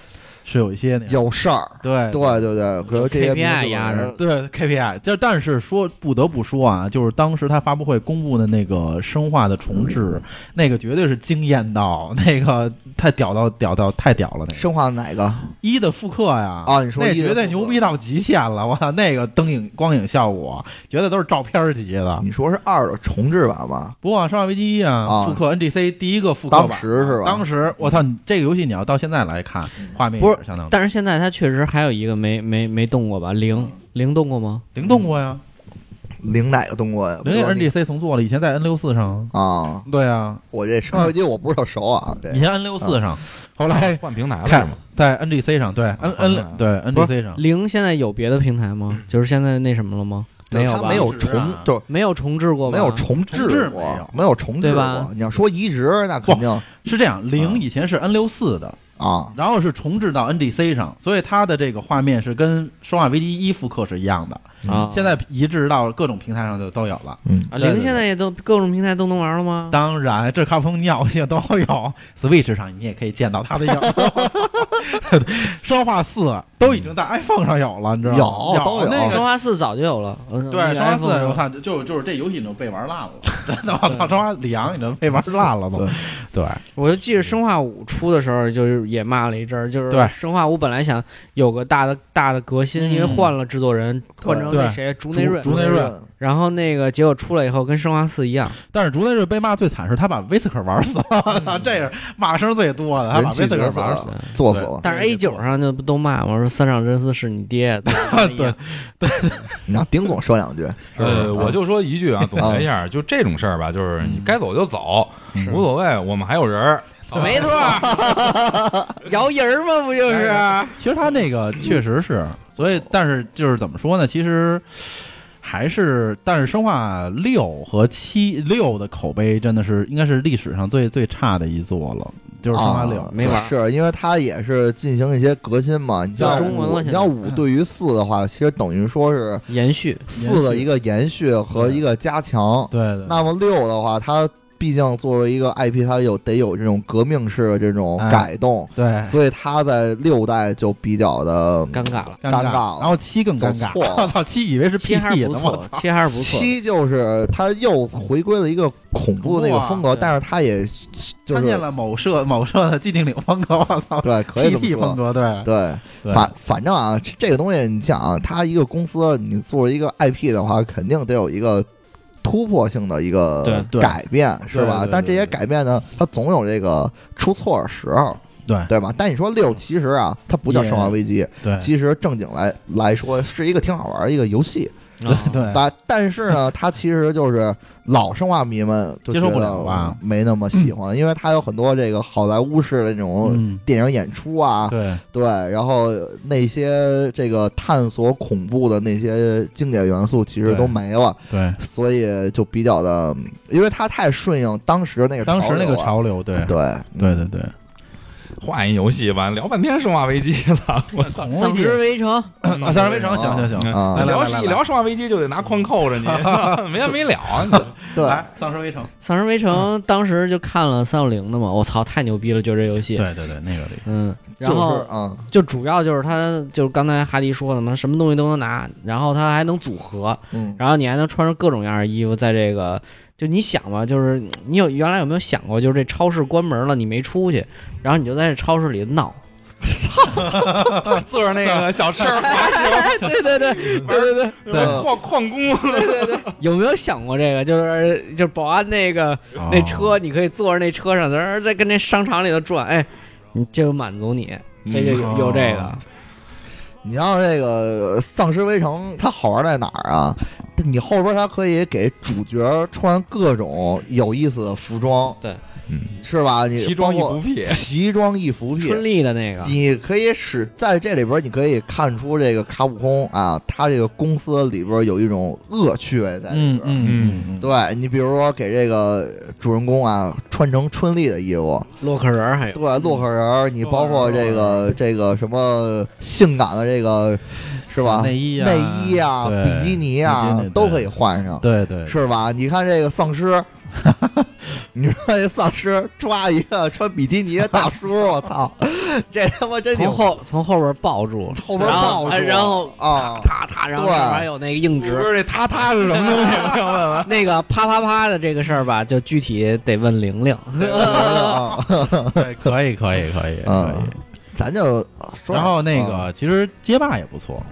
C: 是有一些那个
B: 有事儿。
C: 对嗯
B: 对对对，和这些
D: KPI
B: 民主
D: 压
B: 人
D: 着
C: 对 KPI，就但是说不得不说啊，就是当时他发布会公布的那个生化的重置，
B: 嗯
C: 那个绝对是惊艳到，那个太屌到屌到太屌了，那个
B: 生化哪个
C: 一的复刻呀，
B: 啊？你说
C: 那
B: 一的复
C: 绝对
B: 刻
C: 牛逼到极限了，我操，那个灯影光影效果，绝对都是照片儿级的。
B: 你说是二的重置版吗？
C: 不过啊《生化危机》一啊，
B: 啊
C: 复刻 NGC 第一个复刻版，
B: 当时是吧嗯
C: 当时我操，你这个游戏你要到现在来看，画面也
D: 不是
C: 相当
D: 但是现在它确实还有一个没没没动过吧？零零动过吗？
C: 灵动过呀，
B: 零哪个动过呀？
C: 零也
B: 我嗯说你
C: NGC 重做了，以前在 N 六四上。
B: 啊，
C: 对啊，
B: 我这生化危机我不是特熟啊，
C: 以
B: 对，
C: 前 N 六四上，后来
A: 换平台
B: 啊
A: 了是
C: 看
A: 吗？
C: 在 NGC 上，对 N
A: 换了
C: N 对 NGC 上，
D: 零现在有别的平台
C: 嗯
D: 吗？就是现在那什么了吗？没有
B: 它
D: 吧？
B: 没有
C: 重置
B: 重
C: 啊
B: 就
D: 没有重置过吧？
B: 没有重置
C: 重置没
B: 过
C: 有，
B: 没有重
D: 对
B: 置
D: 吧
B: 过。你要说移植，那肯定
C: 是这样，零以前是 N 六四的，
B: 啊，
C: 然后是重置到 NGC 上，所以它的这个画面是跟《生化危机一》复刻是一样的，
D: 啊！
C: 嗯现在移植到各种平台上就都有了。
B: 嗯，
D: 啊
C: 对对
D: 零
C: 对
D: 现在也都各种平台都能玩了吗？
C: 当然，这卡普空尿性都有，Switch 上你也可以见到它的影子。 *laughs* 生化四都已经在 iPhone 上嗯有了，你知道吗？
B: 有都有
C: 那
B: 这
C: 个
D: 生化四早就有了，嗯
C: 对，
D: 那个
C: 生化四，
D: iPhone
C: 我看就就是这游戏你都被玩烂 *laughs* 了，真的，我操，生化李阳你都被玩烂了都，对，
D: 我就记着生化五出的时候，就是也骂了一阵儿，就是
C: 对
D: 生化五本来想有个大的大的革新，
C: 嗯
D: 因为换了制作人，换成
C: 对
D: 那谁竹内润，
C: 竹内润，
D: 然后那个结果出来以后跟生化四一样，
C: 但是竹内瑞被骂最惨是他把威斯克玩死了， *laughs* 这是骂声最多的，啊他把
B: 人
C: 威
B: 气
C: 斯克
B: 角死
C: 玩死了。
B: 了，作死了。
D: 但是 A 九上就不都骂吗？说三上真司是你爹， *laughs*
C: 对，
B: 你让丁总说两句，
A: 呃，
B: 嗯
A: 我就说一句啊，总结一下，就这种事儿吧，就是你该走就走，
B: 嗯
A: 无所谓，我们还有人儿。
D: 没 *laughs* 错，摇人儿嘛，不就是？
C: 其实他
B: *clears throat*
C: 那个确实是，所以但是就是怎么说呢？其实还是，但是生化六和七六的口碑真的是应该是历史上最最差的一座了， *laughs* 就是生化六
B: 啊。
D: 没玩儿
B: 是因为它也是进行一些革新嘛。你像
D: 对中文了
B: 五，
D: 现在
B: 你像五对于四的话，其实等于说是
D: 延续，
B: 四的一个延续和一个加强。
C: 对对，
B: 那么六的话，它毕竟作为一个 IP，它有得有这种革命式的这种
C: 哎
B: 改动，
C: 对
B: 所以它在六代就比较的
D: 尴尬了。
C: 尴
B: 尴尬了
C: 然后七更尴
B: 走
C: 尬，
B: 错了
C: *laughs* 我操，七以为是
D: 七还
C: PT
D: 是不
C: 呢，我
D: 错
C: 操，，
D: 七还是不错。
B: 七就是它又回归了一个恐怖的那个风格，
C: 恐怖啊对
B: 但是它也就
C: 参见
B: 是
C: 了某社某社的寂静岭风格，我操
B: 对，可以这
C: ，PT
B: 么
C: 风
B: 说。
C: 格，对
B: 对，
C: 对
B: 反反正啊，这这个东西你想啊，它一个公司你做一个 IP 的话，肯定得有一个突破性的一个
C: 对对
B: 改变，是吧
C: 对对？
B: 但这些
C: 对
B: 改变呢，它总有这个出错的时候，
C: 对
B: 对吧？但你说六，其实啊，它不叫
C: 也
B: 《生化危机》，
C: 对
B: 其实正经来来说是一个挺好玩的一个游戏，
D: 啊
C: 对对。
B: 但但是
C: *laughs*
B: 呢，它其实就是老生化迷们就
C: 接受不
B: 觉得
C: 了啊吧
B: 没那么喜欢，因为它有很多这个好莱坞式的那种
C: 嗯，
B: 电影演出啊，
C: 对，
B: 对，然后那些这个探索恐怖的那些经典元素其实
C: 对
B: 都没了，
C: 对，
B: 所以就比较的，因为它太顺应当时那个
C: 当时那个
B: 流啊
C: 潮流，对，
B: 对
C: 对对对，
A: 换一游戏吧，聊半天《生化危机》 *laughs* 了，我操！
D: 丧尸围城，
C: 啊，三十围城，行行行，
B: 啊
C: 来来
A: 聊
C: 来来
A: 一聊《生化危机》就得拿框扣 *laughs* 着你，没完没了啊！你
B: 对，
C: 来，丧尸围城，
D: 丧尸围城当时就看了三六零的嘛，我操，太牛逼了，就这游戏。
C: 对对对，那个厉害，
D: 嗯，
B: 就是
D: 然后
B: 啊
D: 就主要就是它，就是刚才哈迪说的嘛，什么东西都能拿，然后它还能组合，
B: 嗯
D: 然后你还能穿着各种样的衣服，在这个就你想吧，就是你有原来有没有想过，就是这超市关门了，你没出去，然后你就在这超市里闹，
A: 坐着 *laughs* 那个小车滑行，
D: 对对对对对对，
A: *laughs* 矿矿工，
D: 有没有想过这个？就是就是保安那个
C: 哦
D: 那车，你可以坐着那车上，在那儿在跟那商场里头转，哎，你这个满足你，这就有有这个，
B: 你像这个《丧尸围城》，它好玩在哪儿啊？你后边它可以给主角穿各种有意思的服装，
D: 对，
A: 嗯
B: 是吧？你
A: 奇装异
B: 包括
A: 服癖，
B: 奇装异服癖。
D: 春丽的那
C: 啊
D: 个，
B: 你可以使在这里边，你可以看出这个卡普空啊，它这个公司里边有一种恶趣味在里
C: 嗯
B: 边。
C: 嗯嗯，
B: 对你比如说给这个主人公啊穿成春丽的衣服，
C: 嗯
D: 洛克人儿还有
B: 对洛克人儿，你包括这个这个什么性感的这个是吧？
C: 内衣啊，
B: 内衣啊、
C: 对
B: 比基尼啊
C: 比基尼
B: 都可以换上，
C: 对对， *laughs*
B: 是吧？你看这个丧尸，你说那丧尸抓一个穿比基尼的大叔，我操，这他妈真挺
C: *laughs*
D: 从后从后边抱住，
B: 后边
D: 然
B: 抱
D: 后呃
B: 住，
D: 然后
B: 啊，
D: *laughs* 啪啪，然后
B: 对
D: 上面有那个硬直，
A: 这他他是什么东西？我想问问。
D: 那个啪啪啪的这个事儿吧，就具体得问玲玲。
B: 啊
C: 对， *laughs* 可以，可以，可以，可
B: 嗯
C: 以。
B: 咱就说，
C: 然后那个，其实街霸也不错，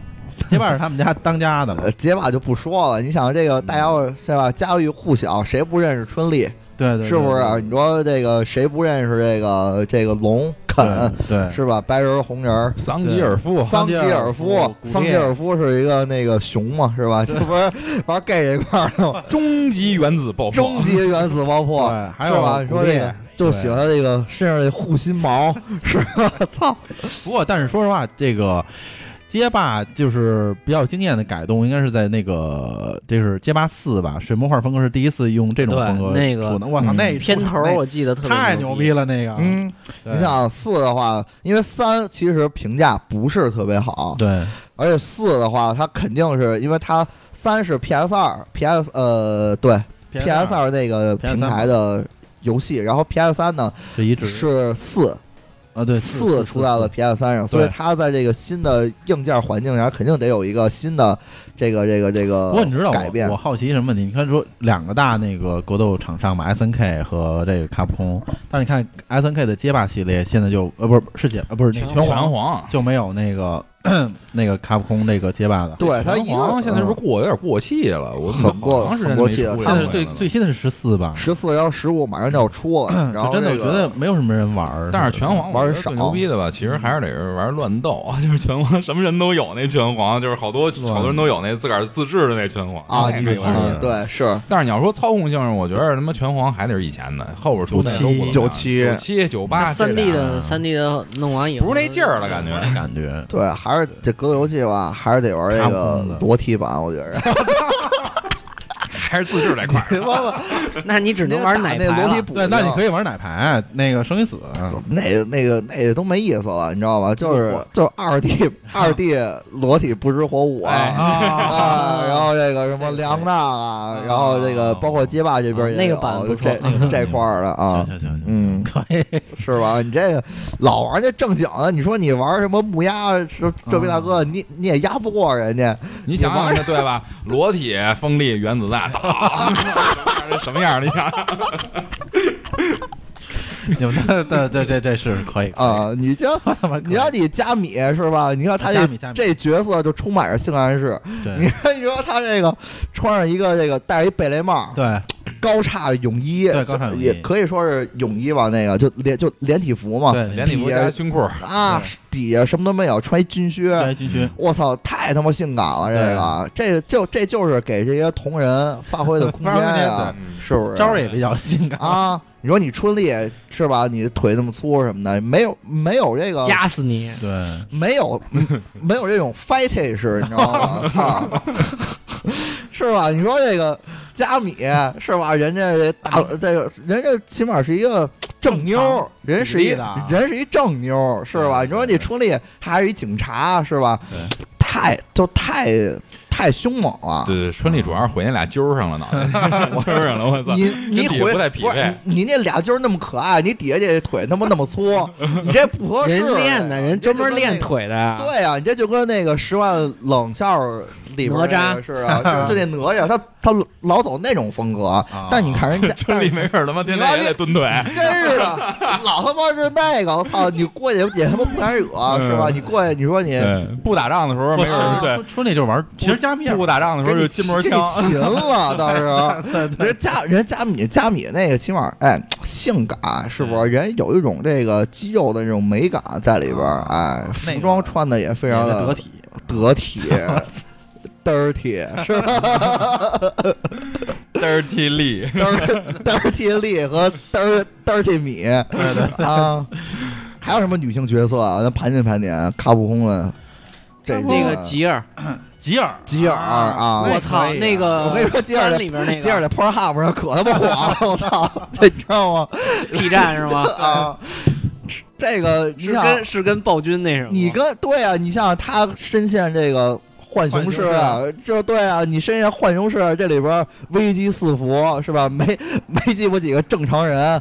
C: 街霸是他们家当家
B: *laughs*
C: 的嘛
B: 呃。街霸就不说了，你想这个大家伙是吧？家喻户晓，谁不认识春丽？
C: 对嗯对，
B: 是不是？你说这个谁不认识这个这个龙肯
C: 对？对，
B: 是吧？白人儿红人儿，
A: 桑吉尔夫，
B: 桑吉尔夫，桑
C: 桑
B: 吉
C: 吉
B: 尔
C: 尔
B: 夫是一个那个熊嘛，是吧？这不
C: *laughs*
B: 是玩 gay 这块儿的吗？
A: 终极原子爆破，
B: 终极原子爆破，
C: 对，还
B: 是
C: 有
B: 吧？你说
C: 古
B: 这
C: 烈
B: 个就喜欢这个身上这护心
C: *laughs*
B: 毛，是吧？操，
C: 不过，但是说实话，这个街霸就是比较惊艳的改动，应该是在那个这是街霸四吧？水墨画风格是第一次用这种
D: 对
C: 风格
D: 那个
C: 出的我操，
B: 嗯
C: 那
D: 片头
C: 那
D: 我记得特别
C: 太
D: 牛
C: 牛逼了，那个，
B: 嗯，
C: 对，
B: 你想四的话，因为三其实评价不是特别好，
C: 对
B: 而且四的话，它肯定是因为它三是 PS 二 PS 呃对 PS 二那个
C: PS3
B: 平台的游戏，然后 PS 三呢
C: 是一直
B: 是四
C: 啊，对
B: 四出在了 PS 三上，所以它在这个新的硬件环境下，肯定得有一个新的这个这个这个
C: 不过你知道
B: 改变
C: 我我好奇什么问题？你看说两个大那个格斗厂商嘛，S N K 和这个卡普空，但是你看 S N K 的街霸系列现在就呃不是是街呃不是那个
A: 拳
C: 皇
A: 皇。啊
C: 就没有那个 *clears throat* 那个卡普空这个街霸的。
B: 对它
A: 拳
B: 一嗯
A: 皇现在是不是过有点过气了？我怎么
B: 很过
A: 好长时间
B: 很
A: 没
B: 过气了
A: 出
C: 现在
A: 过
C: 是最
A: 了呢
C: 最新的是十四吧？
B: 十四幺十五马上就要出了，然
C: 就
B: 后
C: 嗯真的，我
B: 这
C: 觉
B: 个
C: 得没有什么人玩儿。
A: 但是拳皇我
B: 玩嗯儿
A: 觉得
B: 少
A: 最牛逼的吧，其实还是得是玩乱斗，啊就是拳皇什么人都有那拳皇，就是好多好多人都有那自个儿自制的那拳皇
B: 啊，
A: 那
B: 你
A: 个游戏
B: 嗯对是
A: 但是你要说操控性上，我觉得他妈拳皇还得是以前的，后边出那都不怎么样
B: 97
A: 九七九八
D: 三 D
A: 这俩
D: 的三 D 的弄完以后
A: 不是那劲儿了，感觉。
C: 感觉
B: 对，还是这格斗游戏吧，还是得玩这
C: 卡普
B: 个
C: 空的
B: 裸体版，我觉得。
D: *laughs*
A: 还是自制这块儿。
B: *laughs*
D: 那你只能
C: *laughs*
D: 玩奶
B: 那
D: 牌
B: 裸体
D: 了。
B: 补
C: 对，那你可
B: 以。
C: 以玩奶牌，那个生与死，
B: 啊那个、那个、那个都没意思了，你知道吧？就是
C: 我
B: 就是二 D 二 D 裸体不知火舞
A: 哎
B: 啊，啊，然后这个什么梁娜啊，然后这个包括街霸这边也有
D: 啊那个版不错
B: 这这块儿的啊，
C: 行行行，
B: 嗯，
C: 可以， *laughs*
B: 是吧？你这个老玩这正经的，你说你玩什么木鸭，这这位大
D: 嗯
B: 哥，你你也压不过人家，
A: 你想想这对 *laughs* 吧？裸体、锋利、原子弹，打这 *laughs* 什么样儿？你想想，
C: 你们这这这这这是可以，
B: 啊，你这
C: 我 *laughs* 他妈可以
B: 你让你加米是吧？你看他
C: 加
B: 这
C: 米加米
B: 这角色就充满着性暗示。你
C: 对
B: 看，你说他这个穿上一个这个戴一贝雷帽，
C: 对
B: 高叉泳衣，
C: 对高叉泳衣
B: 也可以说是泳衣吧，那个就连就连体服嘛，
C: 对，
A: 连体服加胸裤，
B: 啊
C: 对，
B: 底下什么都没有，穿一军靴。
C: 对军靴，
B: 我操，太他妈性感了！这个，这个就这就是给这些同人发挥的空间
C: *laughs* 发挥空间
B: 啊，
A: 嗯
B: 是不是？
C: 招儿也比较性感，
B: 啊，你说你春丽是吧？你腿那么粗什么的，没有没有这个
D: 夹死你！
C: 对，
B: 没有没有这种 fetish，你知道吗？操是吧？你说这个加米是吧？人家这大这个人家起码是一个正妞儿，
C: 正常
B: 人是一
C: 比例的啊
B: 人是一正妞儿，是吧？
C: 对
B: 你说你春丽还是一警察是吧
C: 对？
B: 太就太太凶猛了。
A: 对对，春丽主要是毁那俩揪儿上了，脑袋 *laughs* 揪儿上了，我操！
B: 你
A: 跟
B: 你
A: 底下
B: 回
A: 不太匹
B: 是
A: 配
B: 你你那俩揪儿那么可爱，你底下这腿他妈那么
D: *laughs*
B: 粗，你这不合适。
D: 人练的，人专门练
B: 腿。
D: 腿的呀。
B: 对啊呀、你这就跟那个《十万冷笑》里边
D: 哪
B: 吒
D: 吒
B: 是啊，就就那哪吒，他他老走那种风格，啊但你看
A: *laughs*
B: 人家
A: 春丽没事儿他妈天天也得蹲腿，
B: 真是的，老他妈是那个，我操！你过去也他妈不敢惹，是吧？
A: 嗯
B: 你过去，你说你
A: 对，不打仗的时候没事儿，
B: 啊
A: 嗯对，
C: 春丽就是玩儿，其实加密尔
A: 不打仗的时
B: 给
A: 候
B: 你
A: 就金轮
B: 给你
A: 枪，
B: 擒了，到时候
C: *laughs* 对对
B: 人家人家米加米那个起码哎性感是不是？人有一种这个肌肉的这种美感在里边儿，哎，
C: 那
B: 服
C: 个
B: 装穿的也非常
C: 也
B: 的
C: 是得 *laughs* 体，
B: 得体，dirty 是吧？
A: dirty 力， *laughs*
B: 嘚
D: *laughs*
B: 儿嘚儿替力和嘚儿嘚儿替米啊，还有什么女性角色啊？咱盘点盘点，卡普空的这
D: 那个吉尔，
C: *laughs* 吉尔
B: 吉尔啊
D: 我操，那个
B: 我跟你说吉尔
D: 三里边那
B: 吉尔
D: 个啊
B: 在 Pornhub 上可他妈火了，我操，这 *laughs* 你知道吗？
D: P 站是 *laughs* 吗？
B: 啊，这个你
D: 是
B: 想
D: 跟是跟暴君那什么？
B: 你跟对啊，你像他深陷这个浣熊市，这对啊，你深夜浣熊市这里边危机四伏是吧？没 *laughs* 没几乎几个正常人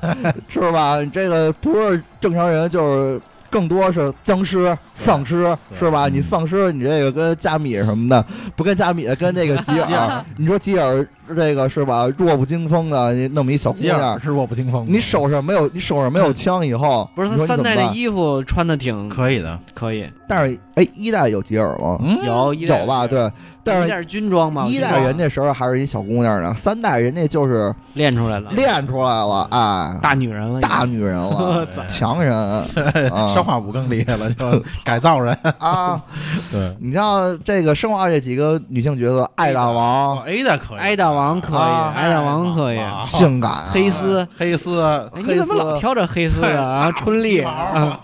B: 是吧？这个不是正常人就是。更多是僵尸、丧尸，
C: 对
B: 是吧？
C: 嗯
B: 你丧尸，你这个跟加米什么的，不跟加米，跟那个吉
C: 吉
B: 尔
C: 尔，
B: 你说吉尔这个是吧？弱不禁风的，你弄么一小姑
C: 吉尔
B: 娘，
C: 是弱不禁风的，
B: 你手上没有，你手上没有枪以后，
D: 不是
B: 你
D: 他
B: 说你
D: 三
B: 怎么
D: 代的
B: 办
D: 衣服穿的挺
C: 可以的，
D: 可以，
B: 但是哎，一代有吉尔吗？
C: 嗯，
D: 有一代
B: 有吧？对，但
D: 一
B: 是
D: 代是军装
B: 一
D: 嘛，我记得
B: 代人那时候还是一小姑娘呢，三代人家就是
D: 练出来了，
B: 练出来了，哎，
D: 大女人了，
B: 大女人
D: *laughs*
B: 了，强人啊
C: 嗯生化五更厉害了， *laughs* 就改造人，
B: 啊！
C: *laughs* 对，
B: 你像这个生化这几个女性角色，艾大王
C: 哦 A 的可以，
D: 挨打王可以，
B: 啊
D: 挨打王可以，
C: 啊
B: 性感啊，
D: 黑丝，
C: 呃黑
D: *laughs*
C: 丝，
D: 哎你怎么老挑着黑丝的
B: *laughs* 哎
D: 啊？春丽啊，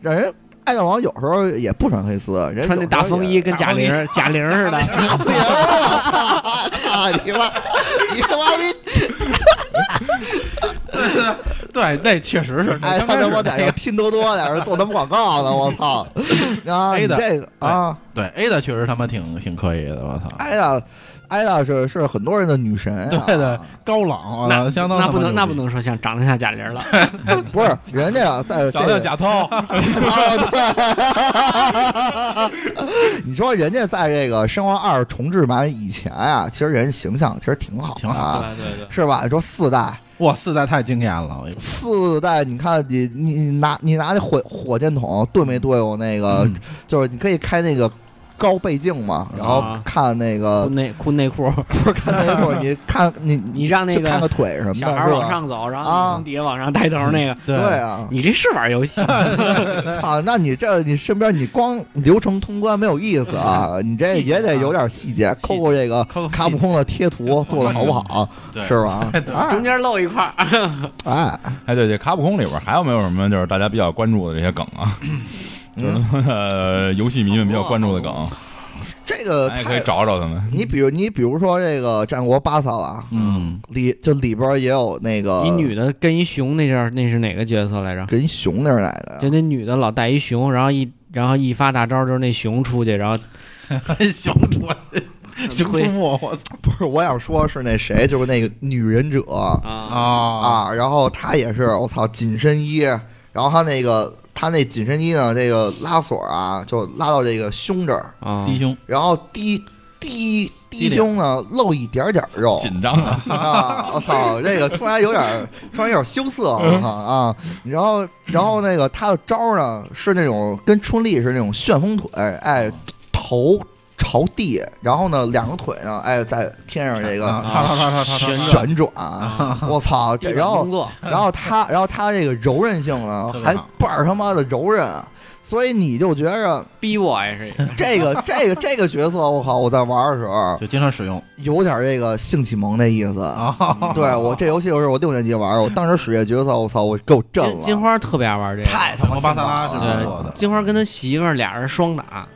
B: 让人艾大王有时候也不穿黑丝，人
D: 穿那大
B: *laughs*
D: 风衣跟贾玲儿贾玲儿似的，
B: 不操哎你妈！你他妈逼！
D: *laughs*
C: *laughs* 对，那确实是，
B: 哎，他
C: 刚
B: 他
C: 开始
B: 妈在
C: 那
B: 这
C: 个
B: 拼多多在这做他妈广告呢，我操！啊，
C: 黑
B: 你
C: 的
B: 这个
D: 哎
B: 啊，
C: 对 A 的确实他妈挺挺可以的，我操，
B: 艾拉，艾拉是是很多人的女神啊，
C: 对的，高朗，我操
D: 那
C: 相当他
D: 那
C: 妈
D: 不能那
C: 牛
D: 不
C: 逼
D: 能说像长得像贾玲儿
B: *laughs*
D: 了，
B: 不是人家啊在
A: 长得像
B: *laughs* 这
A: 贾涛，
C: *laughs*
B: 个你说人家在这个《生化二》重置版以前啊，其实人形象其实挺好的
C: 挺好
B: 啊，
D: 对对，
B: 是吧？你说四代，
C: 哇，四代太惊艳了，我
B: 四代，你看你你你拿你拿那火火箭筒对没对付那个？
C: 嗯
B: 就是你可以开那个高倍镜嘛，然后
D: 啊
B: 看那
D: 裤
B: 个
D: 内裤
B: *laughs*
D: 内裤，
B: 不是看那会儿，你看你
D: 你让那
B: 去看
D: 个
B: 个腿什么的，
D: 小孩
B: 是
D: 儿
B: 吧
D: 往上走，然
B: 啊
D: 后从底下往上抬头那个，
C: 对
B: 对啊，
D: 你这是玩游戏吗？
B: *laughs* 操，那你这你身边你光流程通关没有意思啊，你这也得有点细节，
C: 节
B: 扣扣这个
C: 抠抠
B: 卡普空的贴图做的好不好，
C: 对
B: 是吧？
D: 中
B: 哎
D: 间露一块儿，
B: 哎，
A: 哎，对对，卡普空里边还有没有什么就是大家比较关注的这些梗啊？就是
B: 嗯
A: 呃，游戏迷们比较关注的梗，
B: 这个
A: 咱也哎可以
B: 太，
A: 找找他们。
B: 你比如你比如说这个战国巴萨了，
C: 嗯，
B: 里就里边也有那个
D: 一女的跟一熊那叫那是哪个角色来着？
B: 跟熊那儿来的
D: 就那女的老带一熊，然后一然后一发大招就是那熊出去，然后
B: *laughs*
C: 熊出熊出
D: 推
C: 没，我操
B: 不是，我想说是那谁，就是那个女忍者
D: 啊
C: 啊
B: 啊，然后她也是我操紧身衣，然后她那个她那紧身衣呢，这个拉锁啊就拉到这个胸这儿，
D: 啊
C: 低胸，
B: 然后低低低
C: 低点
B: 胸呢露一点点肉
A: 紧张啊！
B: 啊，我操，这个突然有点突然有点羞涩，我操啊，然后然后那个她的招儿呢是那种跟春丽是那种旋风腿，哎，头朝地，然后呢两个腿呢哎在天上这个。
C: 啊啪啪啪啪啪
D: 旋
C: 啪
B: 旋转，我操！这
D: 地板
B: 然后
D: 工作
B: 然后他然后他这个柔韧性呢
C: 特别
B: 还
C: 好
B: 倍儿他妈的柔韧，所以你就觉着
D: 逼我也是，
B: 这个这个这个角色，我靠！我在玩的时候
C: 就经常使用
B: 有点这个性启蒙的意
C: *laughs*
B: 思。
C: 啊，
B: 对我这游戏是我六年级玩的，我当时使这角色，我操，我给我震
D: 金
B: 了，
D: 金花特别爱玩这个，
B: 太他妈
C: 巴萨拉
B: 性
C: 是
B: 感
C: 不
B: 了
C: 错的，
D: 金花跟他媳妇儿俩人双打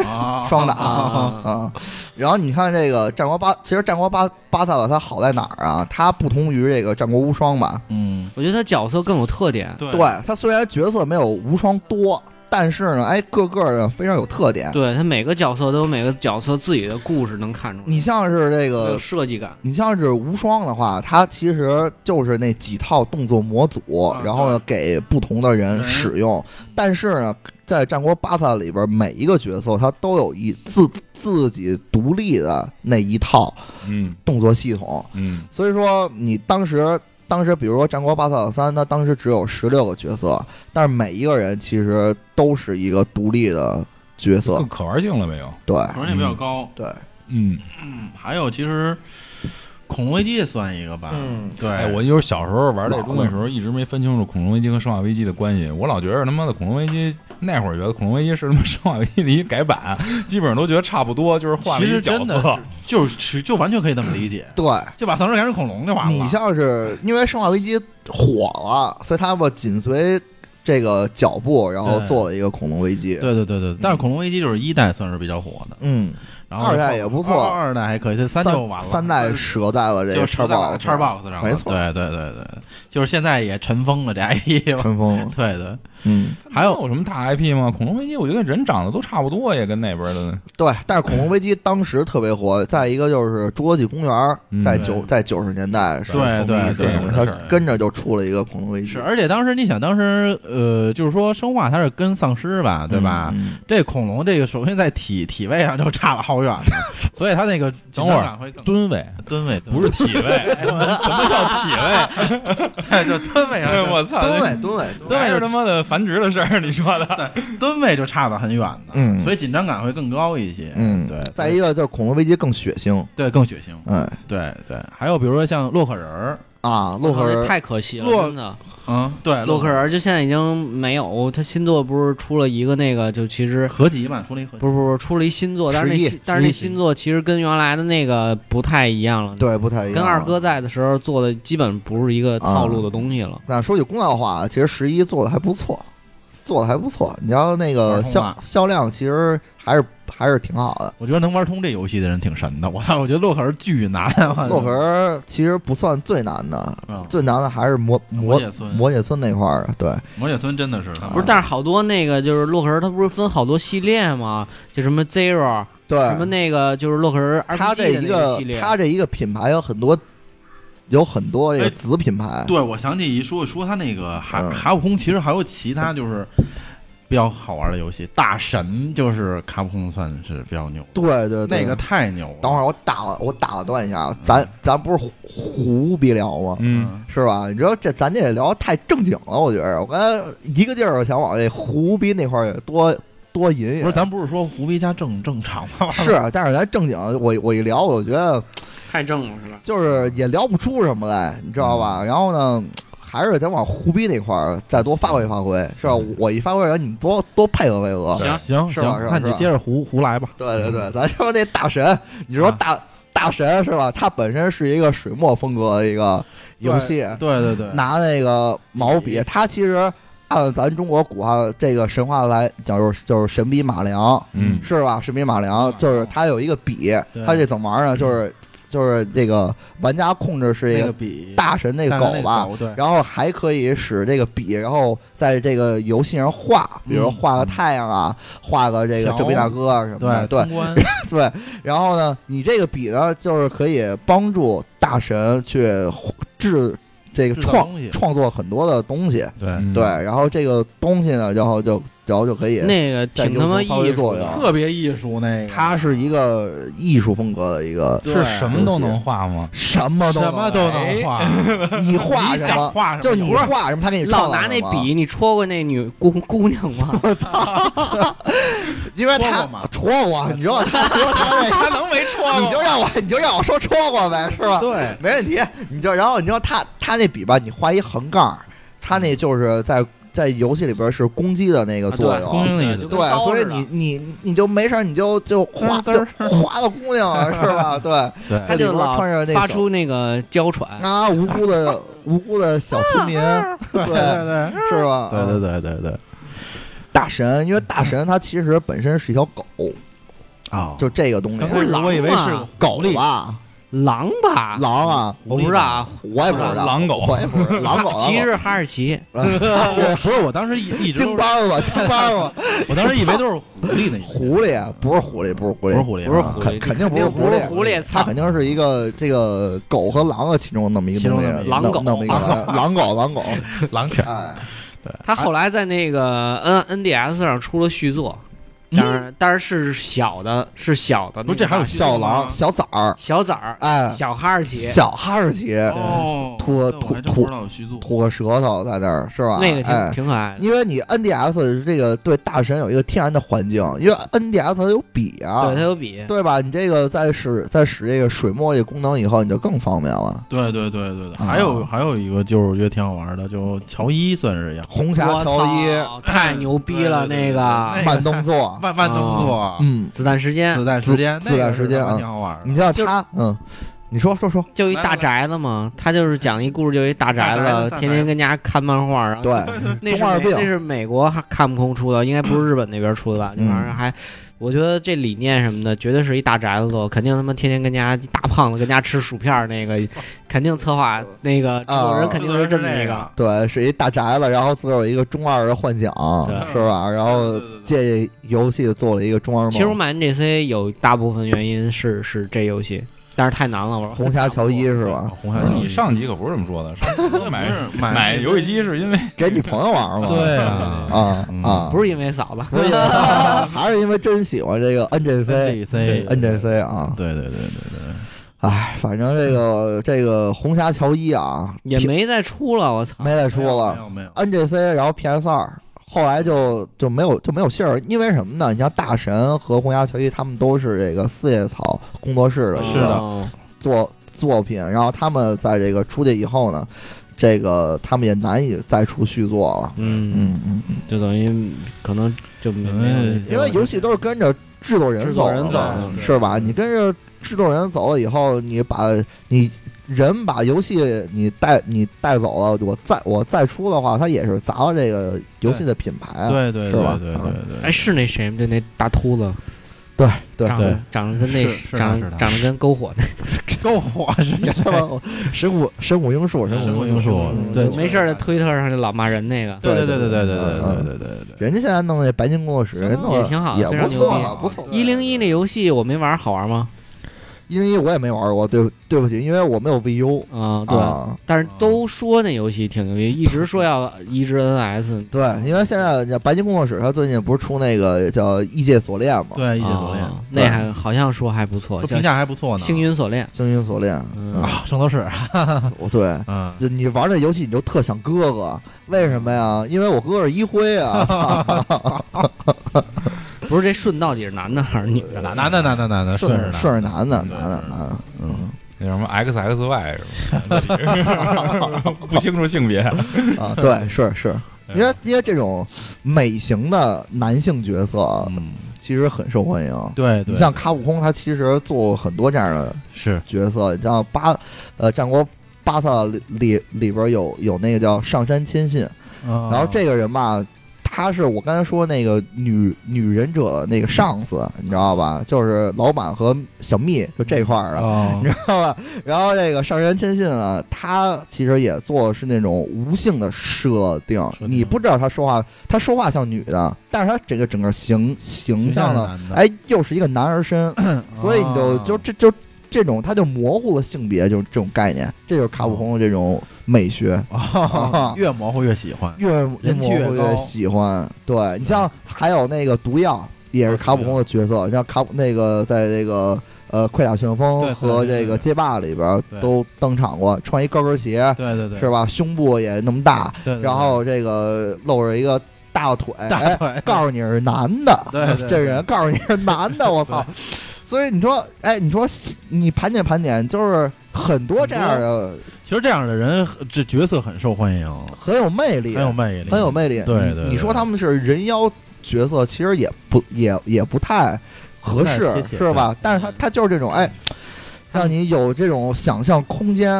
C: *laughs* 啊
B: 双打
D: 啊，
B: 啊！然后你看这个战国巴，其实战国巴巴萨尔它好在哪儿啊？它不同于这个战国无双吧？
C: 嗯，
D: 我觉得他角色更有特点，
C: 对
B: 对，它虽然角色没有无双多，但是呢，哎，个个的非常有特点。
D: 对他每个角色都有每个角色自己的故事能看出来，
B: 你像是这
D: 有
B: 个，
D: 设计感，
B: 你像是无双的话，它其实就是那几套动作模组
C: 啊，
B: 然后呢给不同的人
C: 人
B: 使用。但是呢，在战国巴萨里边，每一个角色它都有一自自己独立的那一套
A: 嗯
B: 动作系统。
A: 嗯
B: 所以说，你当时当时，比如说《战国巴萨尔三》，它当时只有十六个角色，但是每一个人其实都是一个独立的角色
A: 更，可玩性了没有？
B: 对
C: 可能性比较高，
B: 对，
A: 嗯，
C: 嗯还有其实恐龙危机也算一个吧，
B: 嗯
C: 对，
A: 哎，我就是小时候玩这东西的时候，一直没分清楚恐龙危机和生化危机的关系。我老觉得他妈的恐龙危机，那会儿觉得恐龙危机是他妈生化危机的一改版，基本上都觉得差不多，就是换
C: 其
A: 了一
C: 实
A: 角
C: 真的
A: 色
C: 是。就是就完全可以这么理 *clears throat* 解，
B: 对。
C: 就把丧尸改成恐龙就完了。
B: 你像是因为《生化危机》火了，所以他们紧随这个脚步，然后
C: 对
B: 做了一个《恐龙危机》。
C: 对对对对，嗯但是恐龙危机就是一代算是比较火的，
B: 嗯，
C: 然后
B: 二代也不错
C: 二二代还可以，这三
B: 三
C: 就完了，
B: 三代折在了这
C: 就
B: 个
C: 实在把
B: box
C: Xbox 上了，
B: 没错
C: 对对对对，就是现在也尘封了这 IP 吧，
B: 春风。
C: 对对，
B: 嗯，
C: 还有
A: 有什么大 IP 吗？恐龙危机，我觉得人长得都差不多呀，跟那边的
B: 对。但是《恐龙危机》当时特别火，再一个就是《侏罗纪公园》
A: 嗯
B: 在
C: 对
B: 九在九十年代是
A: 对
B: 风靡
C: 对
B: 这种
A: 对
B: 它
A: 是
B: 跟着就出了一个《恐龙危机》
C: 是，而且当时你想，当时呃，就是说生化它是跟丧尸吧，对吧？
B: 嗯？嗯
C: 这恐龙这个首先在体体位上就差了好
A: *laughs*
C: 远了，所以它那个
A: 等会儿
C: 儿
A: 吨位，
C: 吨位
A: 不是体位，
C: *laughs*
A: 什么叫体位？
C: 是就吨位
A: 哎，
C: 上
A: 我操！
B: 吨位，吨位，吨
A: 那
B: 位
A: 是他妈的繁殖的事儿，你说的。
C: 就吨位就差得很远的，
B: 嗯
C: 所以紧张感会更高一些，
B: 嗯，
C: 对，
B: 再一个就是《恐龙危机》更血腥，
C: 对更血腥，
B: 嗯
C: 对对，还有比如说像洛克人儿，
B: 啊，洛克
D: 那
B: 人
D: 太可惜了，
C: 洛
D: 真的。
C: 嗯，对，
D: 洛
C: 洛
D: 克
C: 人
D: 人就现在已经没有，他新作不是出了一个那个，就其实
C: 合集嘛，出了一合集，
D: 不是不是出了一新作，但是那
B: 十一
D: 新但是那
B: 十一
D: 新作其实跟原来的那个不太一样了，
B: 对不太一样，
D: 嗯
B: 啊
D: 跟二哥。在的时候做的基本不是一个套路的东西了。
B: 那说起公道话，啊其实十一做的还不错，做的还不错。你要那个
C: 玩通
B: 销
C: 了
B: 销量，其实还是还是挺好的。
C: 我觉得能玩通这游戏的人挺神的，我我觉得洛克人巨难，啊
B: 洛克人其实不算最难的，
C: 嗯
B: 最难的还是魔
C: 魔
B: 魔
C: 界村，
B: 魔界啊村那块儿的。对，
C: 魔界村真的是他妈
D: 不是，但是好多那个就是洛克人，他不是分好多系列吗？就什么 Zero，什么
B: 对，
D: 那个就是洛克人 RPG
B: 他这
D: 的
B: 一
D: 那
B: 个
D: 系列，
B: 他这一个品牌有很多有很多这
C: 哎
B: 个子品牌，
C: 对，我想起一说说他那个海、
B: 嗯
C: 海悟空，其实还有其他就是比较好玩的游戏，大神就是卡普空算是比较牛，
B: 对对对
C: 那个嗯太牛了。
B: 等会儿我打我打断一下啊，咱咱不是胡胡逼聊吗？
A: 嗯，
B: 是吧？你知道这咱这也聊得太正经了，我觉得我刚才一个劲儿想往那胡逼那块儿多多引引。
C: 不是，咱不是说胡逼加正正常吗？ *laughs*
B: 是，啊但是咱正经，我我一聊，我觉得
D: 太正了是吧？
B: 就是也聊不出什么来，你知道
C: 嗯
B: 吧？然后呢，还是得往胡逼那块儿再多发挥发挥，是吧？我一发挥，然后你们多多配合配合。
C: 嗯行
B: 是吧啊是吧
C: 行，那
B: 是
C: 你
B: 吧
C: 接着胡胡来吧。
B: 对对对，咱说那大神，你说
C: 啊
B: 大、大神是吧？他本身是一个水墨风格的一个游戏，
C: 对对嗯对，
B: 拿那个毛笔，他其实按咱中国古话这个神话来讲，就是就是神笔马良，
A: 嗯
B: 是吧？神笔马良就是他有一个笔
C: 嗯对，嗯
B: 他这怎么玩呢？就是就是这个玩家控制是一
C: 那
B: 个
C: 个笔
B: 大神那
C: 那
B: 个狗吧，
C: 狗对，
B: 然后还可以使这个笔，然后在这个游戏上画，比如
C: 嗯
B: 画个太阳啊，画个这个
C: 条
B: 这比大哥啊什么的，对
C: 通关 *laughs*
B: 对。然后呢，你这个笔呢，就是可以帮助大神去制这个
C: 制造
B: 创
C: 东西嗯
B: 创作很多的东西，
A: 嗯
C: 对，
B: 对。然后这个东西呢，然后就然后就可以，
D: 那个
B: 在
D: 挺他妈
B: 游戏中发挥
D: 艺术
B: 作
D: 的
B: 用，
D: *laughs*
C: 特别艺术那个，
B: 它是一个艺术风格的一个。
C: 对
A: 是什么都能画吗？哎
B: 什么都
C: 什么都能
A: *laughs*
C: 画，
B: 能，你画
C: 你
B: 什
C: 想
B: 么，
C: 画什么
B: 就你画什么，他给你
D: 老
B: 创造
D: 拿那
B: 什么
D: 笔，你戳过那女姑姑娘
B: *laughs*
D: 吗？
B: 因为
C: 戳
B: 他
C: 过吗
B: 戳
C: *laughs*
B: 我，你知道他戳他那，
A: 他能没戳
B: 你就让我 *laughs* 你就让我说戳过呗，是吧？
C: 对，
B: 没问题。你就然后你知道他他那笔吧，你画一横杠儿，他那就是在在游戏里边是攻击的那个作
D: 啊对
C: 攻
B: 用。
C: 击那个
D: 就跟
B: 对，
D: 刀
B: 所以
D: 似的嗯
B: 你你你就没事儿，你就就划
C: 滋儿
B: 就划到姑娘啊，是
D: *laughs*
B: 吧？对，
C: 对
B: 它
D: 他
B: 里
D: 就
B: 边
D: 老
B: 穿着那
D: 发
B: 手
D: 出那个娇喘，
B: 啊，无辜的无辜的小村民，
D: 嗯
B: 对，
C: 对
B: 是吧？
C: 对对对对对
B: 大神，因为大神它其实本身是一条狗，
C: 啊，
B: 就这个东西
C: 刚，开始我以为是个
B: 狗吧，
D: 狼吧？
B: 狼啊，
D: 我不知道啊，
B: 我也不知道，
A: 狼狗
B: 我也不知道，狼狗，
D: 其
B: *laughs*
D: 实哈士奇，
C: 我不是，我当时一一直
B: 京
C: 都是，
B: 巴儿吧，京巴儿吧，
C: 我当时以为都是狐狸呢，
B: 狐狸不是狐狸，不是狐
C: 不
B: 狸，
C: 是狐狸，
D: 不是狐狸
B: 肯肯定不是狐
D: 不是
B: 狸
D: 狐狸，
B: 它
D: 操
B: 肯！定是一
D: 啊
B: 个这个狗和狼的啊其中那么一个
C: 其中
B: 东西
C: 那么
B: 那
C: 一，个
D: 狼狗啊
B: 那么一个狼狗，狼
D: *laughs*
B: 狗，
C: 狸，狼犬。
B: 哎，
D: 他后来在那个 N NDS 上出了续作，
C: 嗯
D: 当然当然是小的，是小的
C: 不
D: 那个大，
C: 是这还有啊
B: 小狼，
C: 吗
B: 小崽儿，
D: 小崽儿，
B: 哎，
D: 小哈士奇，
B: 小哈士奇，
C: 哦
B: 吐
C: 那我还
B: 吐
C: 真不知道有续作，
B: 吐个舌头在那儿是
C: 啊
B: 吧？
D: 那个挺
B: 哎
D: 挺可爱的。
B: 因为你 NDS 这个对大神有一个天然的环境，因为 NDS 它有笔啊，
D: 对，它有笔，
B: 对吧？你这个在使在使这个水墨这功能以后，你就更方便了。
C: 对对对对对，
B: 啊
C: 还有还有一个就是我觉得挺好玩的，就乔伊算是也
B: 红
D: 我
B: 霞乔伊
D: 操太牛逼了！
C: 对对对对
D: 那个
B: 慢动
D: *laughs*
B: 作，
C: 慢慢动作，
B: 嗯，
D: 子弹时间
C: 子弹时间，
B: 子弹时间
C: 那个是
B: 啊
C: 挺好玩
B: 你
C: 的。
B: 知道他，嗯，你说说说，
D: 就一大宅子嘛，他就是讲一故事，就一大宅
C: 大宅子
D: 子
C: 大，宅子
D: 天天跟家看漫画，然后
B: 对，
C: 嗯 *laughs*
D: 那是
B: 中二
D: 美
B: 病
D: 这是美国看不空出的，应该不是日本那边出的吧？就
B: 嗯
D: 反正还，我觉得这理念什么的，绝对是一大宅子做，肯定他妈天天跟家大胖子跟家吃薯片儿那个，肯定策划那个制作人肯定是
C: *laughs*
D: 这么一个。
B: 对，是一大宅子，然后自个儿有一个中二的幻想，
D: 对
B: 是吧？然后借游戏做了一个中二梦。
D: 其实我买 NGC 有大部分原因是是这游戏，但是太难了，玩
B: 红霞乔伊是吧？
C: 红
A: 不
C: 霞
A: 是
C: 球衣
A: 你上集可不是这么说的，上集说买
C: *laughs* 买
A: 买游戏机是因为
B: 给你朋友玩嘛？
C: 对 *laughs* 啊
B: 啊
C: 嗯
B: 啊，
D: *laughs* 不是因为嫂子，
B: 不是因为，还是因为真喜欢这个 NGC。
C: NGC
B: NGC 啊，
C: 对对对对对，
B: 哎，反正这个这个红霞乔伊啊，
D: 也没再出了，我操！
B: 没再说了
C: 没。有没有，
B: NGC，然后 PS 二，后来就就没有就没有信儿，因为什么呢？你像大神和红霞乔伊，他们都是这个四叶草工作室的一
C: 是
B: 个
C: 的
D: 哦
B: 作作品，然后他们在这个出去以后呢，这个他们也难以再出续作了。
D: 嗯，
B: 嗯嗯嗯，
D: 就等于可能就没没有
C: 嗯
D: 那
B: 因为游戏都是跟着制作人
D: 制
B: 走
D: 作
B: 的
D: 人
B: 嘛，
D: 走的
C: 对
B: 是吧？你跟着制作人走了以后，你把你人把游戏你带你带走了，我再我再出的话，它也是砸了这个游戏的品牌啊。
C: 对对
B: 是
C: 对
B: 吧
C: 对对对对，
D: 哎，是那谁吗？就那大秃子。
B: 对对
D: 长
C: 对
D: 得长得跟那
C: 是是他
D: 长
C: 是他
D: 长得跟篝火那
C: *laughs* 够火是
B: *laughs* 是吧？神谷神谷英树，
C: 神
B: 谷
C: 谷英树
B: 嗯
C: 对
B: 就
D: 没事儿在推特上就老骂人那个，
C: 对对对对对对
B: 嗯
C: 对对对对
B: 人家现在弄那白金工作室，
C: 行
B: 弄得
D: 嗯也挺好
B: 也
D: 非
B: 不
D: 常
B: 错
D: 牛逼
B: 啊，不错。
D: 一零一那游戏我没玩，好玩吗？
B: 一零一我也没玩过，对不对不起，因为我没有 VU。
D: 啊，对，
B: 啊，
D: 但是都说那游戏挺牛逼，一直说要移植 NS，
B: 对，因为现在白金工作室他最近不是出那个叫《异界锁链》嘛，
C: 对，一姐昨
D: 啊
C: 天，
D: 那还好像说还不错，
C: 说
D: 叫
C: 评价还不错呢，
D: 星云锁链
B: 《星云锁链》
D: 嗯
B: 嗯，
C: 啊，圣
B: *laughs*
C: 斗士，
B: 我对。
C: 嗯，
B: 就你玩这游戏，你就特想哥哥，为什么呀？因为我哥哥是一辉
C: *laughs*
B: 啊！操
D: 不是这顺到底是男的还是女的？
C: 男男的男的男的，
B: 顺
C: 着
B: 着顺着
C: 啊着
B: 男的，
C: 对
B: 男的男的，嗯
A: 那什么 XXY 是吧？ *laughs* 不清楚性别，，
B: 啊，对，是是，因为因为这种美型的男性角色
C: 嗯，
B: 其实很受欢迎。
C: 对对，
B: 你像卡悟空，他其实做过很多这样的
C: 是
B: 角色，你像巴呃战国巴萨里里里边有有那个叫上山千信，
C: 然
B: 嗯然后这个人吧，他是我刚才说那个女女忍者的那个上司，你知道吧？就是老板和小蜜就这块儿的。
C: 哦
B: 啊你知道吧？然后这个上山千信啊，他其实也做的是那种无性的设定，
C: 设定
B: 你不知道他说话，他说话像女的，但是他整个整个形形象呢，，
C: 哎，
B: 哎，又是一个男儿身，所以你
C: 啊哦
B: 就就这就这种，它就模糊了性别，就是这种概念，这就是卡普空的这种美学， *laughs*
C: 哦越模糊越喜欢，
B: 越越
C: 人气
B: 模
C: 越
B: 糊
C: 高嗯
B: 越喜欢。对你像还有那个毒药，也是卡普空的角色，像卡普那个在这个呃《快打旋风
C: 对》
B: 和
C: 对对
B: 这个
C: 对
B: 街霸里边
C: 对
B: 都登场过，穿一高跟鞋
C: 对对对，
B: 是吧？胸部也那么大，
C: 对？对，
B: 然后这个露着一个大腿，
C: 大
B: 哎
C: 腿
B: 告诉你是男的，
C: 对对对
B: 这人告诉你是男的，我操！所以你说，哎，你说你盘点盘点，就是很多这样的
C: 其实这样的人，这角色很受欢迎，
B: 很有魅力，
C: 很有魅力，
B: 很有魅力。
C: 对对对
B: 你说他们是人妖角色，其实也不也也不太合
C: 不太
B: 适
C: 贴，切
B: 是吧？但是他他就是这种，哎，让你有这种想象空间，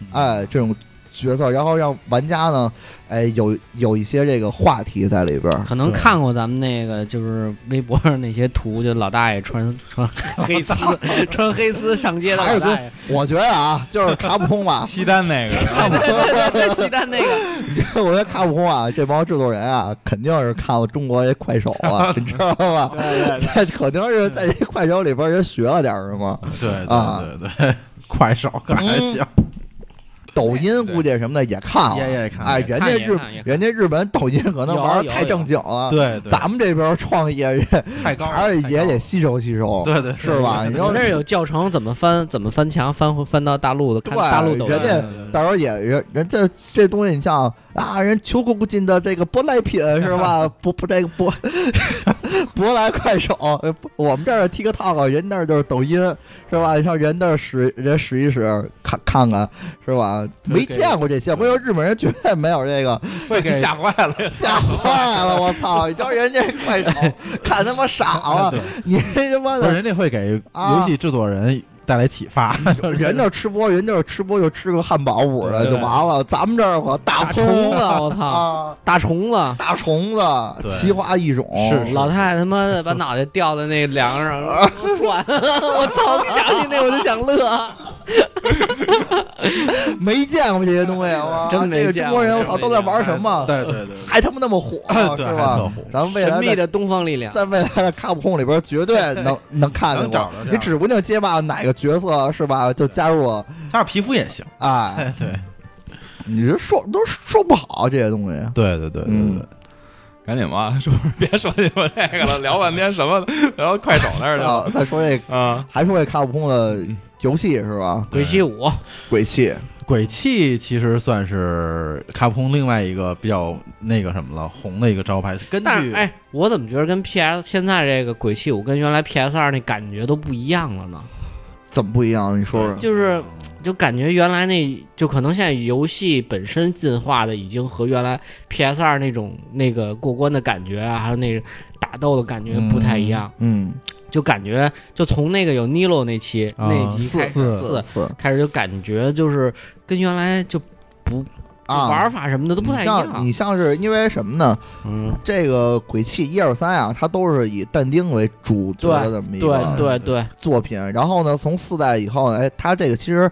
C: 嗯
B: 哎，这种角色，然后让玩家呢，哎，有有一些这个话题在里边儿。
D: 可能
C: 对
D: 看过咱们那个，就是微博上那些图，就老大爷穿穿
C: *laughs*
D: 黑丝，穿黑丝上街的
B: 还
D: 老
B: 是
D: 大
B: 跟
D: 爷，
B: 我觉得啊，就是卡普空
C: *laughs*
B: 吧
A: 西单那个
B: 卡普空
D: 跟 *laughs* 西单那
B: *laughs*
D: 个
B: 我觉得卡普空啊，这帮制作人啊，肯定是看了中国这快手啊，你知道 *laughs* 吧？
C: *laughs*
B: 在肯定是在这快手里边也学了点什么，
C: 对
B: 啊
C: 对对对， *laughs* 快手还行，
D: 嗯
B: 抖音估计什么的也看了。
C: 也看
B: 哎，
C: 对
B: 人家
D: 也
B: 日
D: 看也看
B: 人家日本抖音可能玩
D: 有有
B: 的太正经了，
C: 对对，
B: 咱们这边创业
C: 太高了，
B: 还是
C: 太
B: 也
C: 高
B: 得
C: 了
B: 吸收吸收，
C: *laughs* 对对
B: 是吧？你
D: 我
B: 要
D: 那儿有教程，怎么翻，怎么翻墙，翻回翻到大陆的，看
B: 对
D: 大陆抖音
B: 人家到时候也人人这这东西，你像啊，人求古进的这个舶来品是吧？不不， *laughs* 这个舶舶来快手，呃不我们这儿 TikTok，人那儿就是抖音是吧？你像人那儿使人使一使，看看看是吧？
C: 对
B: 没
C: 给
B: 见过这些，我跟你说日本人绝对没有这个，
A: 被
C: *laughs*
A: 给吓坏了。
B: 吓坏了，我操！你知道人家快手看他妈傻
C: 啊
B: 了，你他妈
C: 不是
B: 的
C: 人家会给
B: 啊
C: 游戏制作人带来启发。
B: 人那吃播，人就是吃播就吃个汉堡捂的
A: 对
B: 就完了，咱们这儿我大
D: 大虫
B: 葱
D: 子，我操，
B: 啊，
D: 大虫子。
B: 大虫子，
C: 对
B: 奇花异种，
C: 是
D: 老太太他妈的把脑袋掉在那梁
B: *laughs*
D: 上转， *laughs* 我操！你想起那我就想乐。
B: 没见过这些东西，
D: *laughs*
B: 哇
D: 真没
B: 这个
D: 见
B: 中
D: 过
B: 国人，我
D: 真
B: 操，
D: 没
B: 都在
D: 见过
B: 玩什么？
C: *laughs* 对对对，
B: 还他妈那么火，
C: *laughs* 对
B: 是
C: 还特
B: 吧
C: 火？
B: 咱们 *laughs* 未
D: 神
B: 来
D: 秘
B: 在
D: 的东方力量，
B: 在未来的卡普空里边，绝对能能看见
C: 能找
B: 过
C: 着这。样
B: 你指不定街霸哪个角色是吧，就加入了，
C: 加上皮肤也行。
B: 哎，
C: *laughs* 对
B: 你这说都说不好这些东西。
C: 对对对对
B: 嗯
C: 对，
A: *laughs* 赶紧吧， *laughs* 说别说你们这个了，聊半天什么聊到快手那儿去了 *laughs*
B: 啊，再说这
A: 啊。
B: 还说这卡普空的游戏是吧？
D: 鬼泣五，
B: 鬼泣，
C: 鬼泣其实算是卡普空另外一个比较那个什么了，红的一个招牌。根
D: 但是
C: 据
D: 哎，我怎么觉得跟 PS 现在这个鬼泣五跟原来 PS 二那感觉都不一样了呢？
B: 怎么不一样？你说说。
D: 就是就感觉原来那就可能现在游戏本身进化的已经和原来 PS 二那种那个过关的感觉啊，还有那打斗的感觉不太一样，
B: 嗯，
D: 就感觉就从那个有 Nilo 那期、
C: 啊
D: 那集
C: 四
D: 开始
C: 四
D: 四
B: 是
D: 开始就感觉就是跟原来就就
B: 啊，
D: 玩法什么的都不
B: 你
D: 太一
B: 像
D: 样，
B: 你像是因为什么呢？
D: 嗯，
B: 这个鬼泣一二三啊，它都是以但丁为主角的这么一
D: 对
B: 个
D: 对对，
B: 作品。然后呢，从四代以后呢，哎，它这个其实。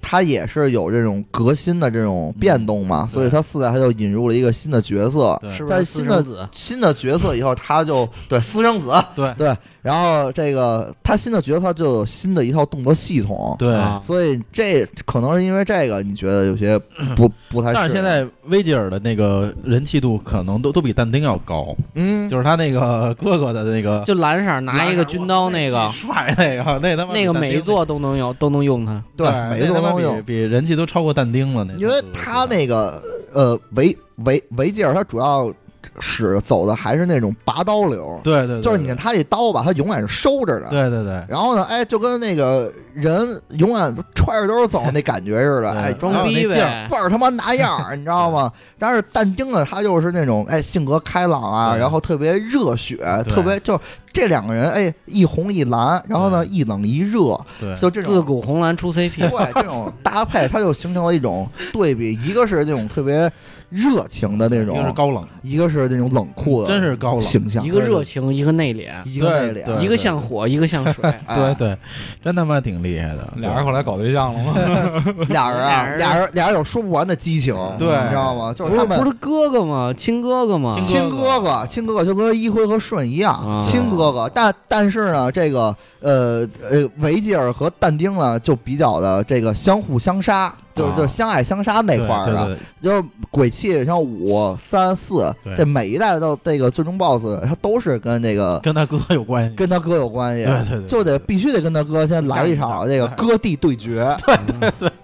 B: 它也是有这种革新的这种变动嘛，所以它四代它就引入了一个新的角色，
C: 对
D: 是不
B: 但
D: 是
B: 是
D: 私
B: 新的
D: 生子？
B: 新的角色以后它就对私生子，
C: 对
B: 对，然后这个它新的角色它就有新的一套动作系统，
C: 对，
D: 啊
B: 所以这可能是因为这个，你觉得有些不不太适应。
C: 但是现在维吉尔的那个人气度可能都都比但丁要高，
B: 嗯，
C: 就是他那个哥哥的那个
D: 就蓝色拿一个军刀那个，
C: 帅那个那他妈比
D: 那个
C: 但
D: 每
C: 丁
D: 一座都能有都能用它。
B: 对，每一座
C: 那他妈
B: 都
C: 比
B: 有，
C: 比人气都超过但丁了那，
B: 因为他那个呃维维维吉尔，他主要使走的还是那种拔刀流，
C: 对对，对
B: 就是你看他这刀吧，他永远是收着的。
C: 对对对。
B: 然后呢，哎，就跟那个人永远揣着兜走那感觉似的，
C: *laughs* 对
B: 哎，
D: 装逼
C: 然后那劲儿
D: 呗，
B: 倍儿他妈拿样
C: *laughs*
B: 儿，你知道吗？但是但丁呢，他就是那种哎性格开朗啊，
C: 对
B: 然后特别热血，
C: 对
B: 啊特别就这两个人哎一红一蓝，然后呢一冷一热，
C: 对，
B: 就这
D: 自
B: 种。
D: 古红蓝出 CP，
B: 对这种搭配，它就形成了一种对比，一个是那种特别热情的那
C: 一个是
B: 种，
C: 高冷，
B: 一个是那种冷酷的，
C: 真是高冷
B: 形象
D: 一，个热情，一个内敛，
B: 一个内
C: 对
B: 敛，
D: 一个像火，一个像
C: *laughs*
D: 水。
C: 对
B: 哎
C: 对，真他妈挺厉害的。
A: 俩人后来搞对象了吗？ *laughs*
B: 俩人啊，
D: 俩
B: 俩人俩人有说不完的激情，
C: 对
B: 你知道吗？就
D: 不
B: 是
D: 是
B: 他
D: 不
B: 们
D: 是他哥哥吗？亲哥哥吗？
C: 亲
B: 亲
C: 哥
B: 哥哥，亲哥哥就跟一辉和顺一
D: 啊
B: 样，亲哥哥。但但是呢，这个呃呃，维吉尔和但丁呢，就比较的这个相互相杀，就
D: 啊
B: 就相爱相杀那
C: 对
B: 块儿啊的。
C: 对对
B: 就是鬼泣像五、三、四
C: 对，
B: 这每一代到这个最终 BOSS，他都是跟这个
C: 跟他哥有关系。
B: 跟他哥有关系
C: 嗯对。对对，
B: 就得必须得跟他哥先来一场这个割地对决，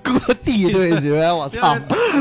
B: 割地对决，我
C: *laughs* 对
B: 操！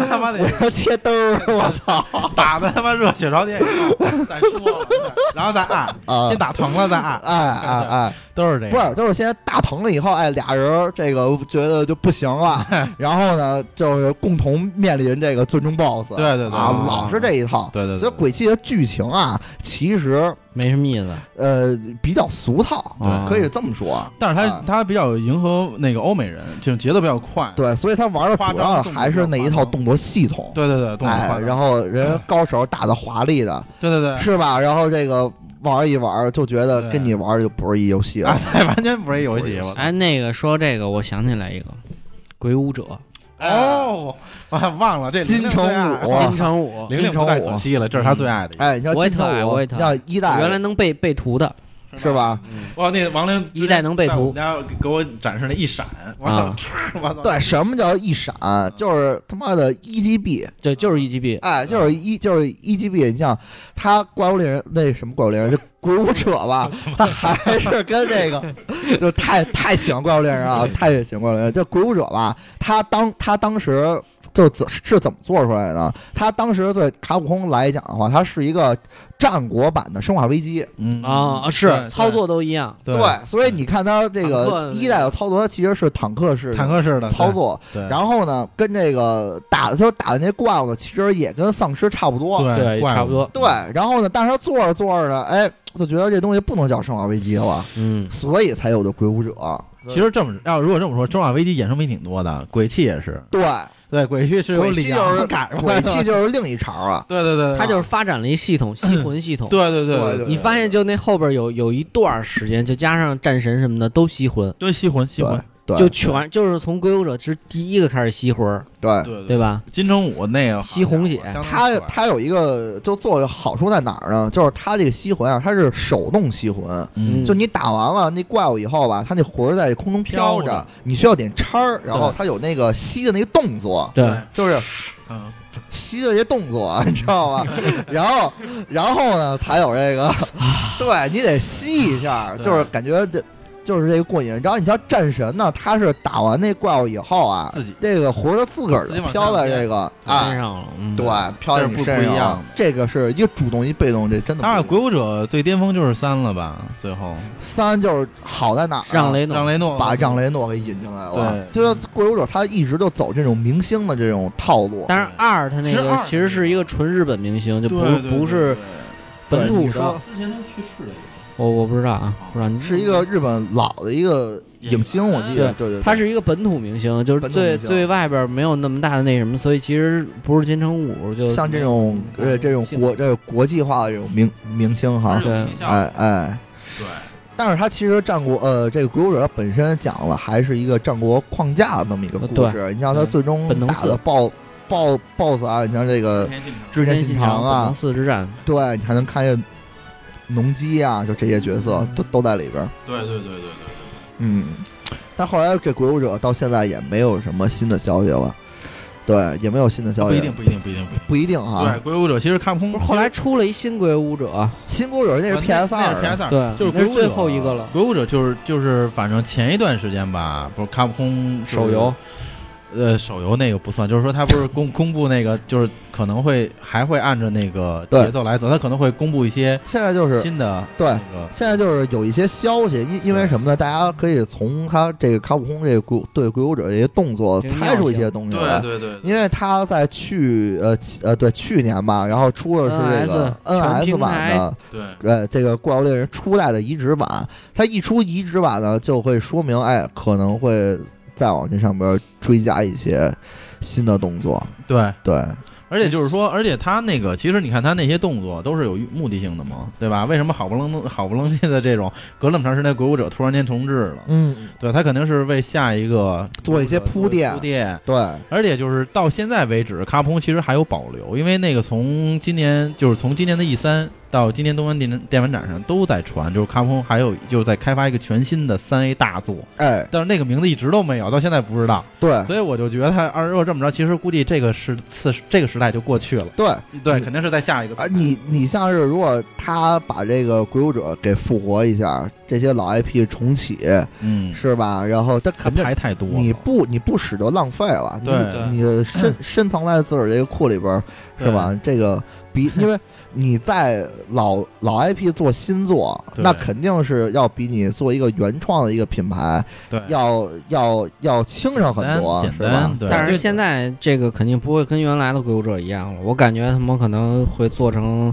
C: 他妈
B: 我要切兜儿，我操
C: 打的他妈热血朝天以后，再说了，然后再按，
B: 啊！
C: 打疼了再按，
B: 哎哎哎！
C: 都是这
B: 不是，就是先大疼了以后，哎，俩人这个觉得就不行
C: *laughs*
B: 了，然后呢，就是共同面临这个最终 BOSS。
C: 对对对
B: 啊
D: 对，
B: 老是这一套。
C: 对对对，
B: 所以鬼泣的剧情啊，其实
D: 没什么意思。
B: 呃比较俗套，
D: 啊
B: 可以这么说。
C: 但是他
B: 啊
C: 他比较迎合那个欧美人，这种节奏比较快。
B: *laughs* 对，所以他玩的主要还是那一套动作系统。
C: 对对对，动作
B: 哎
C: 快，
B: 然后人高手打的华丽的，
C: 对对对，
B: 是吧？然后这个玩一玩就觉得
C: 对
B: 跟你玩就不是一游戏
C: 啊
B: 了。，
C: 对，完全不是一游戏。我
D: 哎，那个说这个，我想起来一个，鬼舞者
C: 哦，我还忘了这
B: 哎金
C: 玲玲
B: 城
C: 最爱
B: 武啊哇
D: 金城武，
C: 玲玲不太可惜了，这是他最爱的。
B: 哎，你像
D: 我也
B: 金
D: 特爱
B: 城武，
D: 我也特
B: 你
D: 爱
B: 像一代
D: 原来能被被屠的，
B: 是吧？
C: 哇，那王玲
D: 一代能被
C: 在我
D: 屠
C: 们家给我展示了一闪，我
D: 啊
C: 操，唰我操，
B: 对，什么叫一闪？
C: 嗯
B: 就是他妈的一击毙，
D: 对，就是 EGB，
B: 哎，就是一就是一击毙。你像他怪物猎人那什么怪物猎人，就鬼武者
C: *laughs*
B: 吧，他还是跟这个，就太太喜欢怪物猎人啊，太喜欢怪物猎人。这鬼武者吧，他当他当时就怎是怎么做出来的？它当时对卡普空来讲的话，它是一个战国版的《生化危机》，
C: 嗯
D: 啊，
C: 对
D: 是操作都一样，
C: 对
B: 所以你看它这
D: 坦
B: 个
D: 克
B: 一代的操作，它其实是坦克式的
C: 坦克式的
B: 操，作，
C: 对对
B: 然后呢，跟这个打的时候打的那怪物呢，其实也跟丧尸差不多，
D: 对，
C: 怪物
D: 差不多，
B: 对，然后呢，但是他做着做着呢，哎，就觉得这东西不能叫《生化危机》了，
D: 嗯，
B: 所以才有的《鬼武者》。
C: 其实这么要如果这么说，《生化危机》衍生品挺多的，鬼泣也是，
B: 对，
C: 对，鬼泣是由
B: 鬼泣
C: 李
B: 就
C: *laughs* 阳
B: 是
C: 改过
B: 鬼
C: 来的，
B: 泣就是另一茬儿
C: *laughs*
B: 啊。
C: 对对对，
D: 他就是发展了一系统，吸魂系统。
C: 对对对
B: 对
C: 对，
D: 你发现就那后边有有一段时间，就加上战神什么的都吸魂，
C: 对吸魂吸
B: 对
C: 魂，
B: 对，
D: 就全就是从鬼武者是第一个开始吸魂，
B: 对。
C: 对
D: 对吧？
C: 金城武那个好像
D: 吸红血
C: 相当
B: 他
C: 帅
B: 他有一个就做的好处在哪儿呢？就是他这个吸魂啊，它是手动吸魂，
C: 嗯
D: 嗯
B: 就你打完了那怪物以后吧，它那魂儿在空中飘
C: 飘着
B: 着，你需要点叉儿，然后
C: 对
B: 它有那个吸的那个动作，
D: 对，
B: 就是
C: 嗯
B: 吸的这动作，啊 *laughs* 你知道吗？然后，然后呢，才有这个，对你得吸一下，
C: 对
B: 就是感觉这就是这个过瘾。然后你像战神呢，他是打完那怪物以后啊，
C: 自己
B: 这个魂儿就自个儿
C: 自己往
B: 飘在
C: 上
B: 这个
D: 跟
B: 啊，
D: 上了，嗯
B: 对，飘在
C: 这是
B: 你
C: 不
B: 身
C: 不一样
B: 上
C: 的。
B: 这个是一个主动一被动，这真的不
C: 当然，
B: 一样。
C: 鬼武者最巅峰就是三了吧？最后
B: 三就是好在哪儿？啊
D: 让。雷
C: 让
D: 诺，
C: 雷诺
B: 把让雷诺给引进来了，
C: 对
B: 就是《鬼武者》，他一直就走这种明星的这种套路，
D: 但是二他那
C: 其实二
D: 个其实是一个纯日本明星，就不不是本
B: 对
D: 土
B: 你
D: 的
B: 说。
C: 之前去世了，
D: 我我不知道啊，
C: 哦
D: 不知道你
B: 是一个日本老的一个影星，我记得，对对，对
D: 他是一个本土明星，就是
B: 本土
D: 对
B: 明星
D: 对外边没有那么大的那什么，所以其实不是金城武就嗯
B: 像这种呃这种国这种国际化的这种明明星哈，
D: 对
B: 哎哎，
C: 对，
B: 但是他其实战国呃这个《鬼武者》本身讲了还是一个战国框架的那么一个故事，你像他
D: 对
B: 最终
D: 本能嗯
B: 打
D: 寺
B: 的 BO BO BOSS 啊，你像这个织田信长
D: 本能
B: 啊，
D: 寺之战，
B: 对你还能看见农机啊，就这些角色
D: 嗯
B: 都都在里边儿，
C: 对对对对对，
B: 嗯，但后来这《鬼武者》到现在也没有什么新的消息了。对，也没有新的消
C: 不
B: 息，
C: 一定不一定不一定不一定。
B: 不一定哈。
D: 啊
C: 对，鬼武者其实看不
D: 不
C: 空
D: 是后来出了一新鬼武者，
B: 新国者那是 PS
C: 那
B: 二
C: 是 PS 二，
D: 啊对
C: 啊就是
D: 那
C: 鬼
D: 是
C: 武者
D: 最后一个了
C: 鬼武者就是就是，反正前一段时间吧，不是卡普空
D: 手游，，
C: 呃，手游那个不算，就是说他不是
D: *laughs*
C: 公公布那个，就是可能会还会按照那个
B: 对
C: 节奏来走，他可能会公布一些
B: 现在就是
C: 新的
B: 对
C: 那个
B: 现在就是有一些消息，因因为什么呢？大家可以从他这个卡普空这个鬼对鬼武者这些动作
D: 这个
B: 猜出一些东西来。
C: 对对
B: 因为他在去呃去呃对去年吧，然后出的是这个
D: NS
B: NS 版的
C: 对
B: 呃这个怪物猎人初代的移植版，它一出移植版呢，就会说明哎可能会再往这上面追加一些新的动作，
C: 对，
B: 对。
C: 而
B: 嗯
C: 且就是说，而且他那个，其实你看他那些动作都是有目的性的嘛，对吧？为什么好不愣好不愣气的这种隔那么长时间，鬼武者突然间重置了？
B: 嗯，
C: 对他肯定是为下一个
B: 做一些铺垫
C: 铺垫。
B: 对，
C: 而且就是到现在为止，卡普空其实还有保留，因为那个从今年就是从今年的 E 三到今年东京电玩电玩展上都在传，就是卡普空还有就是在开发一个全新的三 A 大作，
B: 哎，
C: 但是那个名字一直都没有，到现在不知道。
B: 对，
C: 所以我就觉得他二如果这么着，其实估计这个是次这个时代就过去了。
B: 对，
C: 对，
B: 嗯
C: 肯定是在下一个
B: 啊，你你像是如果他把这个《鬼武者》给复活一下，这些老 IP 重启
C: 嗯，
B: 是吧？然后他
C: 他
B: 肯定
C: 牌太多了，
B: 你不你不使就浪费了，你
C: 对
B: 你深深藏在自个儿这个库里边儿是吧？这个
C: *laughs*
B: 比因为你在老老 IP 做新作，
C: 对
B: 那肯定是要比你做一个原创的一个品牌
C: 对
B: 要要要轻省很多，
C: 简
B: 是吧
C: 单？对，
D: 但是现在这个肯定不会跟原来的鬼武者一样了，我感觉他们可能会做成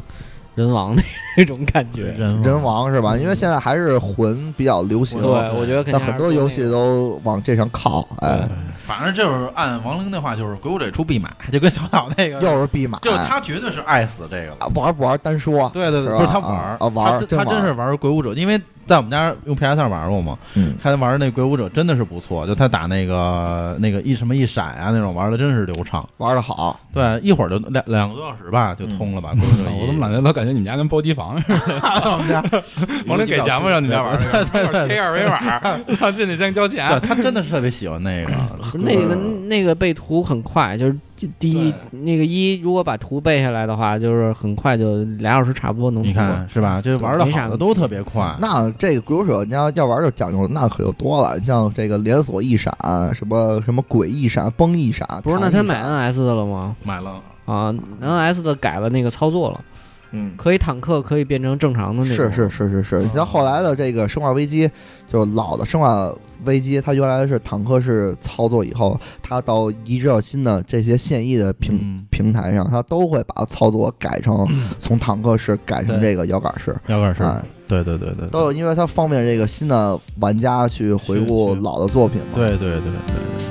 D: 人王 *laughs* 的那种感觉。
C: 人
B: 人王是吧？
C: 嗯
B: 因为现在还是魂比较流行
D: 对，，我觉得肯
B: 那
D: 定还
B: 很
D: 是
B: 多
D: 做
B: 游
D: 那
B: 戏
D: 个
B: 都往这上靠，哎，
C: 反正就是按王玲那话，就是鬼武者出必买，就跟小岛那个，
B: 又是必买，
C: 就是他绝对是爱死这个了。
B: 啊玩不玩单说，
C: 对对
B: 是吧
C: 对，不是他玩儿
B: 啊啊玩儿
C: 他
B: 真
C: 他
B: 玩儿
C: 真是玩儿鬼武者，因为在我们家用 PS 二玩过嘛，
B: 嗯，
C: 他玩儿那鬼武者真的是不错，就他打那个那个一什么一闪啊那种玩的真是流畅，
B: 玩的
C: *laughs*
B: 好，
C: 对，一会儿就两两个多小时吧就通了吧，鬼武者
A: 我
C: 一
A: 怎么老老感觉你们家跟包机房似的？
C: *laughs* 我
A: *laughs*
C: 们家，
A: 王林给
C: *laughs*
A: 钱吗？让你们家玩儿去？
C: 对对对对
A: 贴二维码，然后进去先交钱。
C: 对他真的是特别喜欢那个，
D: 那个
B: 嗯
D: 那个背图很快，就是第一那个一，如果把图背下来的话，就是很快就俩小时差不多能通
C: 你
D: 过。
C: 看是吧？这玩的
D: 没啥
C: 好的都特别快，
B: 那这个鬼游手，你要要玩就讲究，那可就多了，像这个连锁一闪，什么什么鬼一闪、崩一闪，
D: 不是，那
B: 弹一
D: 他
B: 闪
C: 啊
D: 买 NS 的了吗？
C: 买了
D: 啊，NS 的改了那个操作了，
B: 嗯，
D: 可以坦克可以变成正常的那
B: 是
D: 种。
B: 是是是是。
C: 哦
B: 然后后来的这个《生化危机》，就老的《生化危机》，它原来是坦克式操作，以后它到移植到新的这些现役的平、
C: 嗯
B: 平台上，它都会把操作改
C: *clears throat*
B: 成从坦克式改成
C: 对
B: 这个摇杆式，
C: 摇杆式，
B: 啊，
C: 对对对对，
B: 都有，因为它方便这个新的玩家去回顾
C: 是是
B: 老的作品嘛。
C: 对对对对。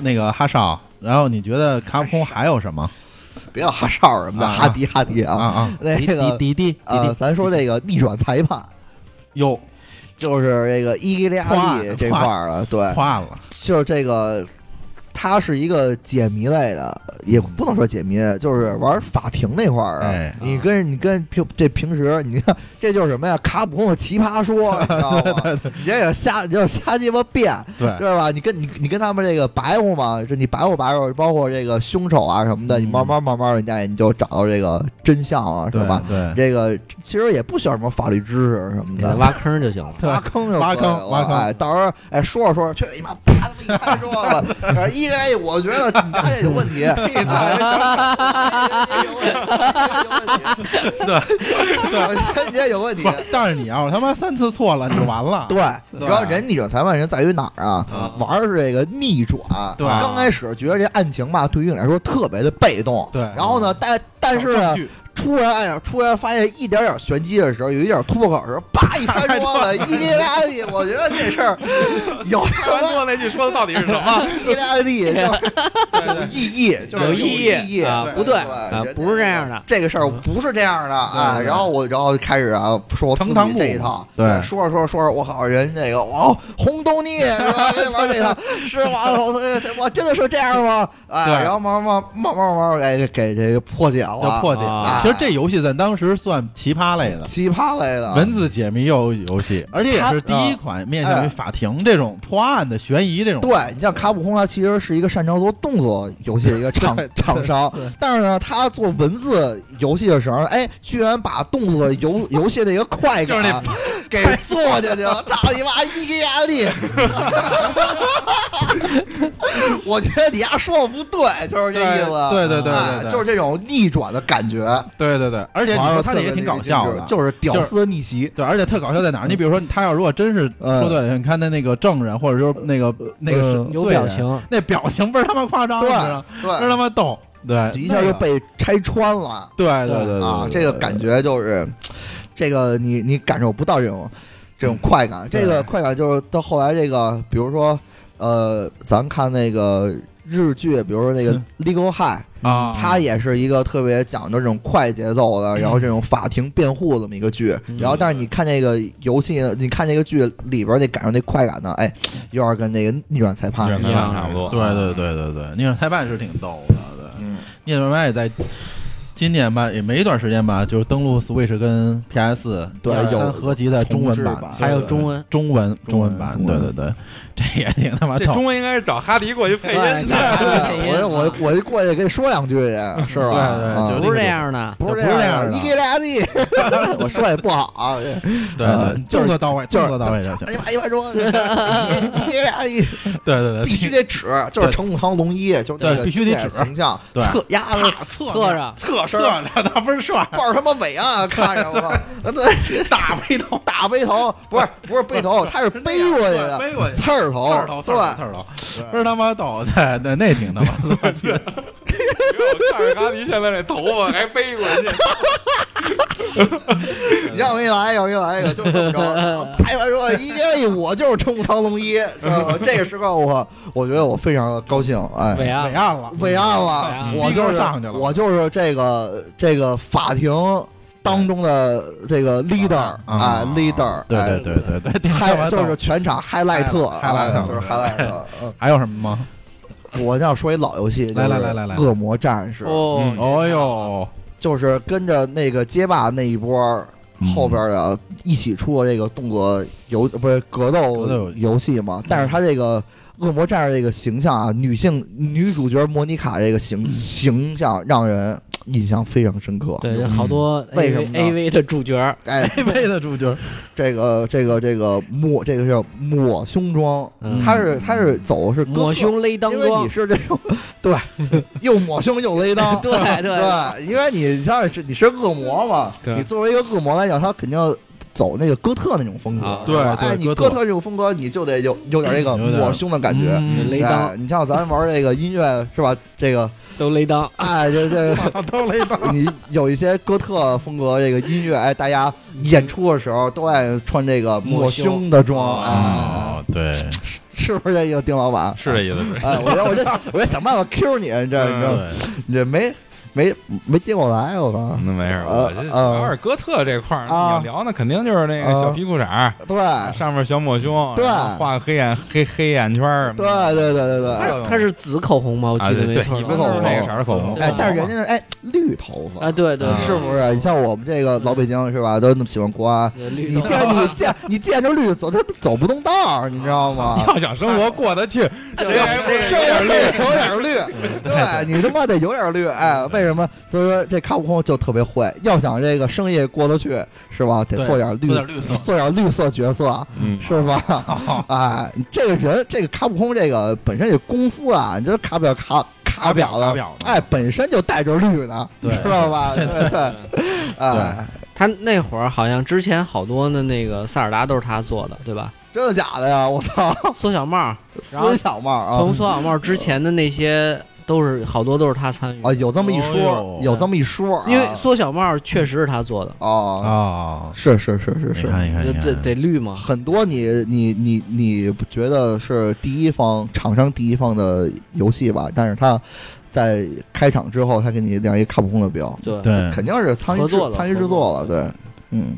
C: 那个哈少，然后你觉得卡普空还有什么
B: 别要哈哨什么的，
C: 啊
B: 哈迪哈迪
C: 啊
B: 啊。
C: 啊？
B: *laughs* 那个
C: 滴滴滴滴
B: 呃，
C: 滴
B: 咱说这个逆转裁判，
C: 哟
B: 就是这个伊利亚利这块儿了，对，
C: 跨了，
B: 就是这个，它是一个解谜类的，也不能说解谜，就是玩法庭那块儿啊。
C: 哎，
B: 你跟你跟平这平时，你看这就是什么呀？卡普空的奇葩说，你知道吗？你这个瞎，你就瞎鸡巴变，
C: 对，
B: 对吧？你跟你你跟他们这个白活嘛，就你白活白活，包括这个凶手啊什么的，你
C: 嗯
B: 慢慢慢慢人家你就找到这个真相了，是
C: 对
B: 吧？？
C: 对，
B: 这个其实也不需要什么法律知识什么
D: 给他
B: 的，
D: 挖坑就行了。
C: 对
B: 挖坑就
C: 挖
B: 可以
C: 坑
B: 了
C: 挖坑
B: 哎，到时候哎说着说着，去你妈，啪他妈一拍桌子，呃一个哎，我觉得你家这有问题，哎这有问题，对，你家有问题
C: *laughs* 不。是，但是你要他妈三次错了，你就完了。
B: 对，你知道人逆转裁判人在于哪儿啊？玩的是这个逆转，
C: 对
B: 刚开始觉得这案情吧，对于你来说特别的被动，
C: 对
B: 然后呢，但但是啊呢
C: 证，据
B: 突然哎呀，突然发现一点点玄机的时候，有一点突破口的时候，叭一拍桌子，一滴拉地，我觉得这事儿有什
A: 刚
B: 么
A: 才那句说的到底是什
B: *laughs*
A: 么？
B: 一滴拉地就是有意义，就是
D: 有
B: 意
D: 义
B: 义
D: 啊
B: 对
D: 不对
B: 对
D: 啊
B: 人，
D: 不是这样的。
B: 这个事儿不是这样的啊，
D: 对对
B: 然后我然后开始啊说我自己
C: 堂堂木
B: 这一套，
C: 对
B: 说着说着说着，我靠，人这个哇，红豆泥是吧？这玩意儿这一套是吗？我我真的是这样吗？
C: 对
B: 哎，然后慢慢慢慢慢慢哎给这个破解
C: 就
B: 了，
C: 破解
D: 啊
C: 了。其实这游戏在当时算奇葩类的，
B: 奇葩类的
C: 文字解谜游游戏，而且也是第一款面向于法庭这种破案的悬疑这种。
B: 嗯哎对你像卡普空，它其实是一个擅长做动作游戏的一个
C: *laughs*
B: 厂厂商，但是呢，他做文字游戏的时候，哎，居然把动作游游戏的一个快
C: 就是那
B: *laughs* 感给做下
C: *laughs*
B: 去了，操你妈一个压力！ *laughs* 我觉得你丫说我不对，就是这意思。
C: 对对对对
B: 哎
C: 对对
B: 就是这种逆转的感觉，
C: 对对对，而且你
B: 玩
C: 说
B: 儿
C: 他这也挺搞笑的，
B: 就是屌丝逆袭。
C: 对，而且特搞笑在哪儿？你比如说，他要如果真是
B: 嗯呃
C: 说对了，你看那那个证人或者就是那个那个是
D: 有
C: 罪人
D: 表，情，
C: 那表情倍儿他妈夸张，
B: 对
C: 你知道吗倍儿他
B: 对，
C: 妈逗，对，
B: 一下就被拆穿了。
C: 对对对
B: 啊，这个感觉就是，这个你你感受不到这种这种快感，这个快感就是到后来这个，比如说呃，咱看那个日剧，比如说那个
C: 是
B: 《Legal High》，
C: 啊，
B: 它也是一个特别讲究这种快节奏的，然后这种法庭辩护这么一个剧，
C: 嗯
B: 然后但是你看这个游戏，你看这个剧里边儿那感受那快感呢，哎，有点跟那个逆转裁判
A: 对
B: 似的
A: 没办法差不多。
C: 对对对对对，逆转裁判是挺逗的，对，
B: 嗯， *laughs*
C: 聂德迈也在今年吧，也没一段时间吧，就是登录 Switch 跟 PS
B: 对有
C: 三合集的中文
B: 重置版
C: 版，
D: 还有中文，
C: 中文中文版，
B: 中
C: 对
B: 文
C: 对 *laughs* 对，这也挺他妈
A: 这
C: 逗。
A: 中文应该是找哈迪过去配
B: 哎
D: 对
A: 音哎去。
D: 对
B: 我我我就过去跟你说两句去，是吧？
C: 对对
B: 啊
C: 就
D: 不是这样的，
B: 不是
C: 不是
B: 这
C: 这样
B: 样
C: 的
B: 你给俩地， *laughs* 我说也不 *laughs* 好啊。
C: 对
B: 呃
C: 对，
B: 就是
C: 动作到位，
B: 就是
C: 动作到位就行
B: 哎。呀妈，哎呀妈，说你给俩地，
C: 对 *laughs* 对对，
B: 必须得指，就是程武堂龙一，就是那
C: 对
B: 个
C: 必须得
B: 那个
C: 指
B: 形象，
C: 对
B: 侧压着
C: 侧
D: 侧着
B: 侧身
C: 侧，着，那不是帅，
B: 抱着他妈尾啊，看着我操，
C: *laughs*
B: 那
C: 大背头，
B: 大背头不是不是背头，他是背过去
C: 对
B: 的，
C: 背过去。
B: 刺儿头
C: 刺儿头，，刺
B: 哎对，
C: 儿头，刺儿头，不是他妈逗，对对，那挺他妈逗。
A: 我看着哈迪现在这头发还飞过去，
B: 你让我给你来一个，我给你来一个，就这么
C: *laughs*
B: 着。拍完说，因为我就是称呼唐龙一，知道吗？这个时刻我我觉得我非常高兴，哎，
D: 尾啊
C: 伟，岸了，
B: 备案了
D: 嗯，
B: 啊我就
C: 逼格
B: 是
C: 上去了
B: 我就是这个这个法庭当中的这个 leader
C: 啊
B: 啊，leader，
C: 对
B: 哎
C: 对对对对，挺他 *laughs* 妈
B: 嗨，
C: 逗
B: 就是全场 highlight，
C: highlight，
B: 啊就是
C: *laughs*
B: highlight。嗯
C: 还有什么吗？
B: 我要说一老游戏，
C: 来
B: 就
C: 来
B: 是
C: 来来来
B: 恶魔战士，
D: 哦
A: 嗯，
C: 哦呦，
B: 就是跟着那个街霸那一波儿
C: 嗯
B: 后边儿的一起出的这个动作游不是格
C: 格斗
B: 斗游戏嘛，但是他这个。恶魔战士这个形象啊，女性女主角莫妮卡这个形形象让人印象非常深刻。
D: 对，有好多
B: 哦嗯为什
D: A
B: 么呢
D: A V 的主角，
B: 哎，
C: 这辈子主角，
B: 这个这个这个抹这个叫抹胸装，
D: 嗯
B: 他是他是走的是哥特
D: 抹，胸勒裆
B: 因为你
D: 装，
B: 是这种对，又抹胸又勒
D: *laughs*
B: 裆，
D: 对
B: *laughs*
D: 对
B: 对，因为你他是你是恶魔嘛，
A: 对
B: 你作为一个恶魔来讲，他肯定要走那个哥特那种风格
D: 啊，
B: 是吧
C: 对对
B: 哎，你
C: 哥特
B: 哥特这种风格，你就得有有点这个
C: 有点
B: 抹胸的感觉。
C: 嗯
D: 勒
B: 哎
D: 裆，
B: 你像咱玩这个音乐是
C: *laughs*
B: 吧？这个，
D: 都勒裆，
B: 哎，这这，
C: 都雷到。
B: 你有一些哥特风格这个音乐，哎，大家演出的时候都爱穿这个抹胸的装，哎，
C: 哦，对，
B: 是不是这意思，丁老板？
A: *laughs* 是这意思是。
B: 哎，我这我这我这想办法 Q 你，你这你知道吗？
C: 对，
B: 你这没没没接过来，我操！
A: 那没事，
B: 呃
A: 我这主
B: 呃
A: 要是哥特这块儿，你
B: 啊
A: 要聊那肯定就是那个小
B: 啊
A: 皮裤衩儿，
B: 对
A: 上面小抹胸，
B: 对
A: 然后画黑眼黑黑眼圈儿，
B: 对对对对对，
A: 哎
B: 哎
A: 呦
D: 它是紫口红吗？我
A: 啊
D: 记
A: 对
D: 得
A: 对，
D: 没
A: 一
D: 错
A: 般
B: 紫口
D: 的话，
A: 都是那个
B: 红
A: 色儿的口红
D: 对，
B: 哎，但是人家是哎绿头发
D: 啊，，对对，
A: 啊
B: 是不是？你像我们这个老北京是吧，都那么喜欢国安。
D: 呃绿
B: 你见你见你见着绿走，他都走不动道儿，你知道吗？
A: 啊要想生活过得
B: *laughs*
A: 去，谁还不
B: 是有点绿，有点 *laughs* 绿，对你他妈得有点绿，哎，为什么？所以说这卡普空就特别会，要想这个生意过得去，是吧？得做点绿
C: 做，点绿色，
B: 做点绿色角色，
A: 嗯，
B: 是
C: *laughs*
B: 吧？哎，这个人，这个卡普空这个本身这公司啊，你这卡表卡卡表
A: 卡
B: 的
A: 表，的
B: 哎，本身就带着绿呢，
C: 对
B: 知道吧？对对，哎，
D: 他那会儿好像之前好多的那个塞尔达都是他做的，对吧？
B: 真的假的呀？我操，
D: 缩小帽，然后
B: 孙小帽啊，
D: 从缩小帽之前的那些都是好多都是他参与
B: 啊，，有这么一
C: 哦
B: 说
C: 呦，
B: 有这么一说啊，
D: 因为缩小帽确实是他做的，
B: 哦，
C: 哦，
B: 是是是是
C: 你
B: 是。
C: 看你看
D: 就
C: 你
D: 得
C: 看，
D: 得绿嘛，
B: 很多你你你你觉得是第一方厂商第一方的游戏吧，但是他在开场之后，他给你亮一卡普空的标，
D: 对
C: 对，
B: 肯定是参与
D: 合
B: 制
D: 作了
B: 参与制作了，对，嗯，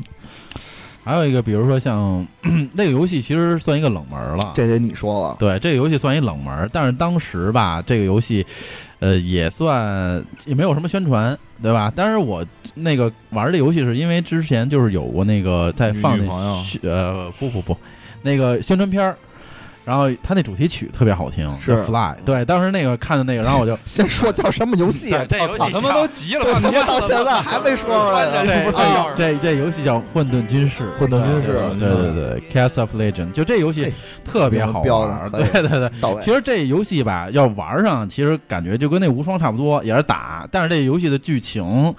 C: 还有一个，比如说像 *clears throat* 那个游戏，其实算一个冷门儿
D: 啊
C: 了。
B: 这得你说了，
C: 对，这个游戏算一冷门儿，但是当时吧，这个游戏，呃，也算也没有什么宣传，对吧？但是我那个玩儿这游戏是因为之前就是有过那个在放
A: 女
C: 那
A: 朋友
C: 宣呃不不不，那个宣传片儿，然后他那主题曲特别好听，
B: 是
C: Fly，对，当时那个看的那个，然后我
A: *laughs*
C: 就
B: 先说叫什么游戏啊？我操，
A: 他妈都急了，
B: 这
C: *laughs*
A: 半
B: 他
A: 天
B: 妈到现在还没说出来呢，啊
C: 哎这这游戏叫《混沌军事》，
B: 混沌军事嗯
C: 对对对对，Cast of Legend，就这游戏
B: 哎
C: 特别好
B: 标
C: 玩儿，
B: 的
C: 对对对。
B: 到位
C: 其，实这游戏吧，要玩上，其实感觉就跟那无双差不多，也是打，但是这游戏的剧情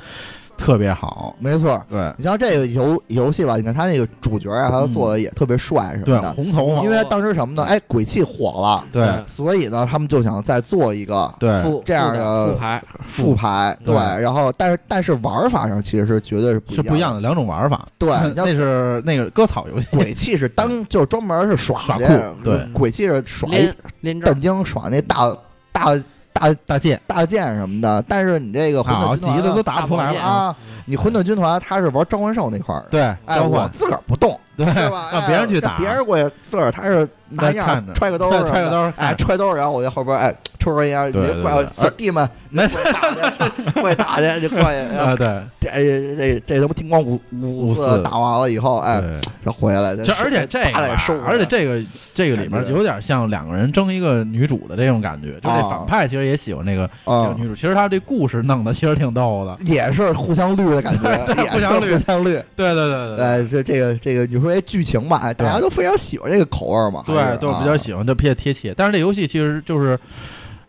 C: 特别好，
B: 没错。
C: 对
B: 你像这个游游戏吧，你看他那个主角啊，他做的也特别帅什
C: 对
B: 么，的，嗯
C: 红头嘛
B: 因，为当时什么呢？哎，鬼泣火了，
C: 对
B: 所以呢，他们就想再做一个
C: 对
D: 副
B: 这样的
D: 副牌，
B: 复牌，
D: 对
B: 对，然后但是但是玩法上其实是绝对是不
C: 是不一
B: 样
C: 样的两种玩法，
B: 的，
C: *laughs*
B: 对，你
C: 那
B: 像
C: 是那个割草游戏，
B: 鬼泣是单就是专门是耍
C: 耍
B: 去
C: 酷对
B: 鬼泣是耍一
D: 连连着
B: 震惊耍那大大大
C: 大剑
B: 大剑什么的，但是你这个混
C: 啊，
B: 沌
C: 急
B: 军团
C: 的都
B: 啊
C: 打不出来了啊，
B: 啊，你混沌军团他是玩召唤兽那块儿的，
C: 对，
B: 哎，
C: 交
B: 我
C: 换 *laughs*
B: 自个儿不动，
C: 对，
B: 对吧？
C: 让
B: 哎
C: 别人去打，
B: 别人过去，自个儿他是拿
C: 再看
B: 样
C: 着
B: 揣
C: *laughs*
B: 个兜儿
C: 揣
B: 什么的，
C: 揣个兜儿
B: 哎，
C: 看
B: 揣兜儿，然后我在后边哎抽根烟，你
C: 对对
B: 就怪
C: 对
B: 小弟们
C: 那
B: 过去 *laughs* 打去，过去打去就
C: *laughs*
B: 过去，然
C: 啊，
B: 后
C: 对
B: 这这这这他妈听光五五
C: 五
B: 次
C: 次
B: 打完了以后，哎，
C: 对，
B: 他回来，
C: 这而且这个
B: 把
C: 吧
B: 脸啊收回来，
C: 而且这个这个里面有点像两个人争一个女主的这种感觉，就这
B: 哦
C: 反派其实也喜欢这个这个
B: 啊
C: 女主，其实他这故事弄的其实挺逗的，
B: 也是互相绿的感
C: *laughs*
B: 觉， *laughs* 也是
C: 互相绿
B: 互相绿，
C: 对对对对对。
B: 呃，这这个这个，你说这剧情吧，哎，大家
C: 对
B: 都非常喜欢这个口味儿嘛，还
C: 对，
B: 是
C: 都是比较
B: 啊
C: 喜欢，就比较贴切。但是这游戏其实就是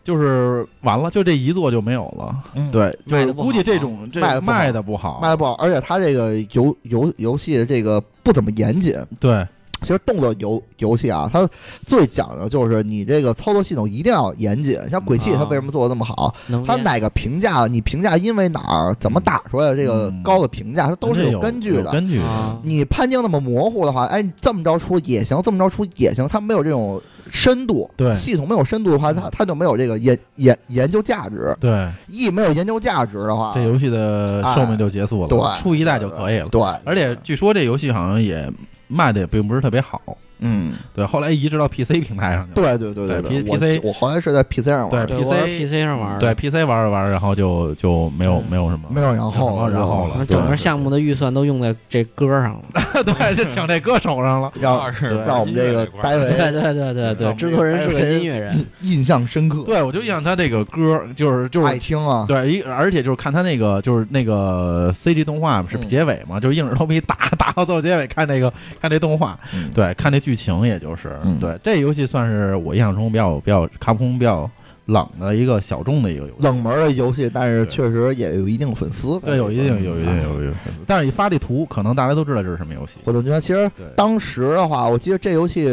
C: 就是完了，就这一座就没有了。
B: 嗯
C: 对，就
D: 卖
C: 是
D: 得不好啊
C: 估计这种这
B: 卖得不好
C: 卖的不好，
B: 卖的不好，而且它这个游游游戏的这个不怎么严谨。
C: 对
B: 其实动作游游戏啊，它最讲究就是你这个操作系统一定要严谨。像《鬼泣》，
D: 啊
B: 它为什么做的那么好？
D: 能
B: 它
D: 练
B: 哪个评价，你评价因为哪儿怎么打出来的这个
C: 嗯
B: 高的评价，它都是有
C: 人家有
B: 根据
C: 有
B: 的。
C: 根据的
D: 啊
B: 你判定那么模糊的话，哎，你这么着出也行，这么着出也行，它没有这种深度。
C: 对
B: 系统没有深度的话，它它就没有这个研研研究价值。
C: 对，
B: 一没有研究价值的话，
C: 这游戏的寿命就结束了，
B: 啊对
C: 出一代就可以了。
B: 对，
C: 而且据说这游戏好像也卖的也并不是特别好，
B: 嗯，
C: 对，后来移植到 PC 平台上去了。
B: 对对对
C: 对
B: 对我
C: PC
B: 我后来是在 PC 上玩的，
D: 对我是
C: PC
D: PC 上玩
C: 对
D: 的，
C: PC 玩着玩着，然后就就没有没有什么，
B: 没有然后了
C: 然后
D: 我
C: 了
D: 们整个项目的预算都用在这歌上了。
C: *laughs* 对，就请这歌手上了。
B: 让
A: 是
B: 让我们这个戴
D: 对
B: 维
D: 对对对
B: 我
D: 对，
B: 们
D: 制作人是
B: 这
D: 个
B: 个
D: 音乐人，
B: 印象深刻，
C: 对，我就印象他这个歌儿就是就是
B: 爱听啊，
C: *laughs* 对，一而且就是看他那个就是那个 CG 动画是
B: 嗯
C: 结尾嘛，就是硬着头皮打打到最后结尾看这个看这动画，
B: 嗯
C: 对，看这剧情，也就是、
B: 嗯
C: 对这游戏算是我印象中比较比较卡普空比较冷的一个小众的一个游戏，
B: 冷门的游戏，但是
C: 对
B: 确实也有一定粉丝，
C: 对，有一定有一定有一定，但是一发这图，可能大家都知道这是什么游戏，
B: 嗯火箭军。其实
C: 对
B: 当时的话，我记得这游戏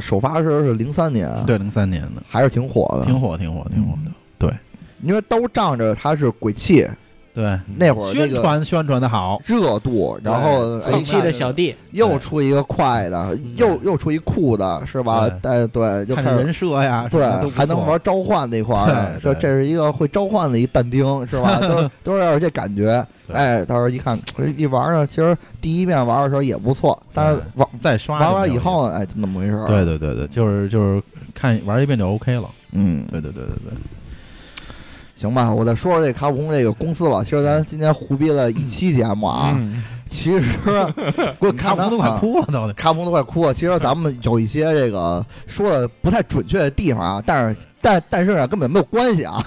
B: 首发时候是零三年，
C: 对，零三年的，
B: 还是挺火的，
C: 挺火挺火挺火
B: 嗯
C: 的，
B: 因为都仗着它是鬼泣
C: 对，
B: 那会儿那
C: 宣
B: 个
C: 传宣传的好，
B: 热度，然后哎
D: 后期的小弟，
B: 又出一个快的，又又出一酷的，是吧？哎，对，就
C: 嗯看
B: 开
C: 这
B: 始
C: 人设呀，什
B: 对
C: 么的都，不
B: 还能
C: 错
B: 玩召唤那块儿，
C: 对
B: 这
C: 对
B: 这是一个会召唤的一但丁，是
C: *laughs*
B: 吧？都是都是有这感觉。
C: 对
B: 哎，到时候一看一玩呢，其实第一遍玩的时候也不错，但是
C: 对
B: 玩
C: 再刷
B: 玩
C: 就
B: 完
C: 没
B: 以
C: 有意思
B: 后呢，哎，就那么回事儿。
C: 对，对对对，就是就是看玩一遍就 OK 了。
B: 嗯，
C: 对对对对对，
B: 行吧，我再说说这卡普空这个公司吧。其实咱今天胡逼了一期节目啊，
A: 嗯
B: 其实我
C: 卡普
B: 空
C: 都快哭了都得。
B: 卡普都快哭了。其实咱们有一些这个说的不太准确的地方啊，但是但但是啊，根本没有关
A: *laughs*
B: 系啊。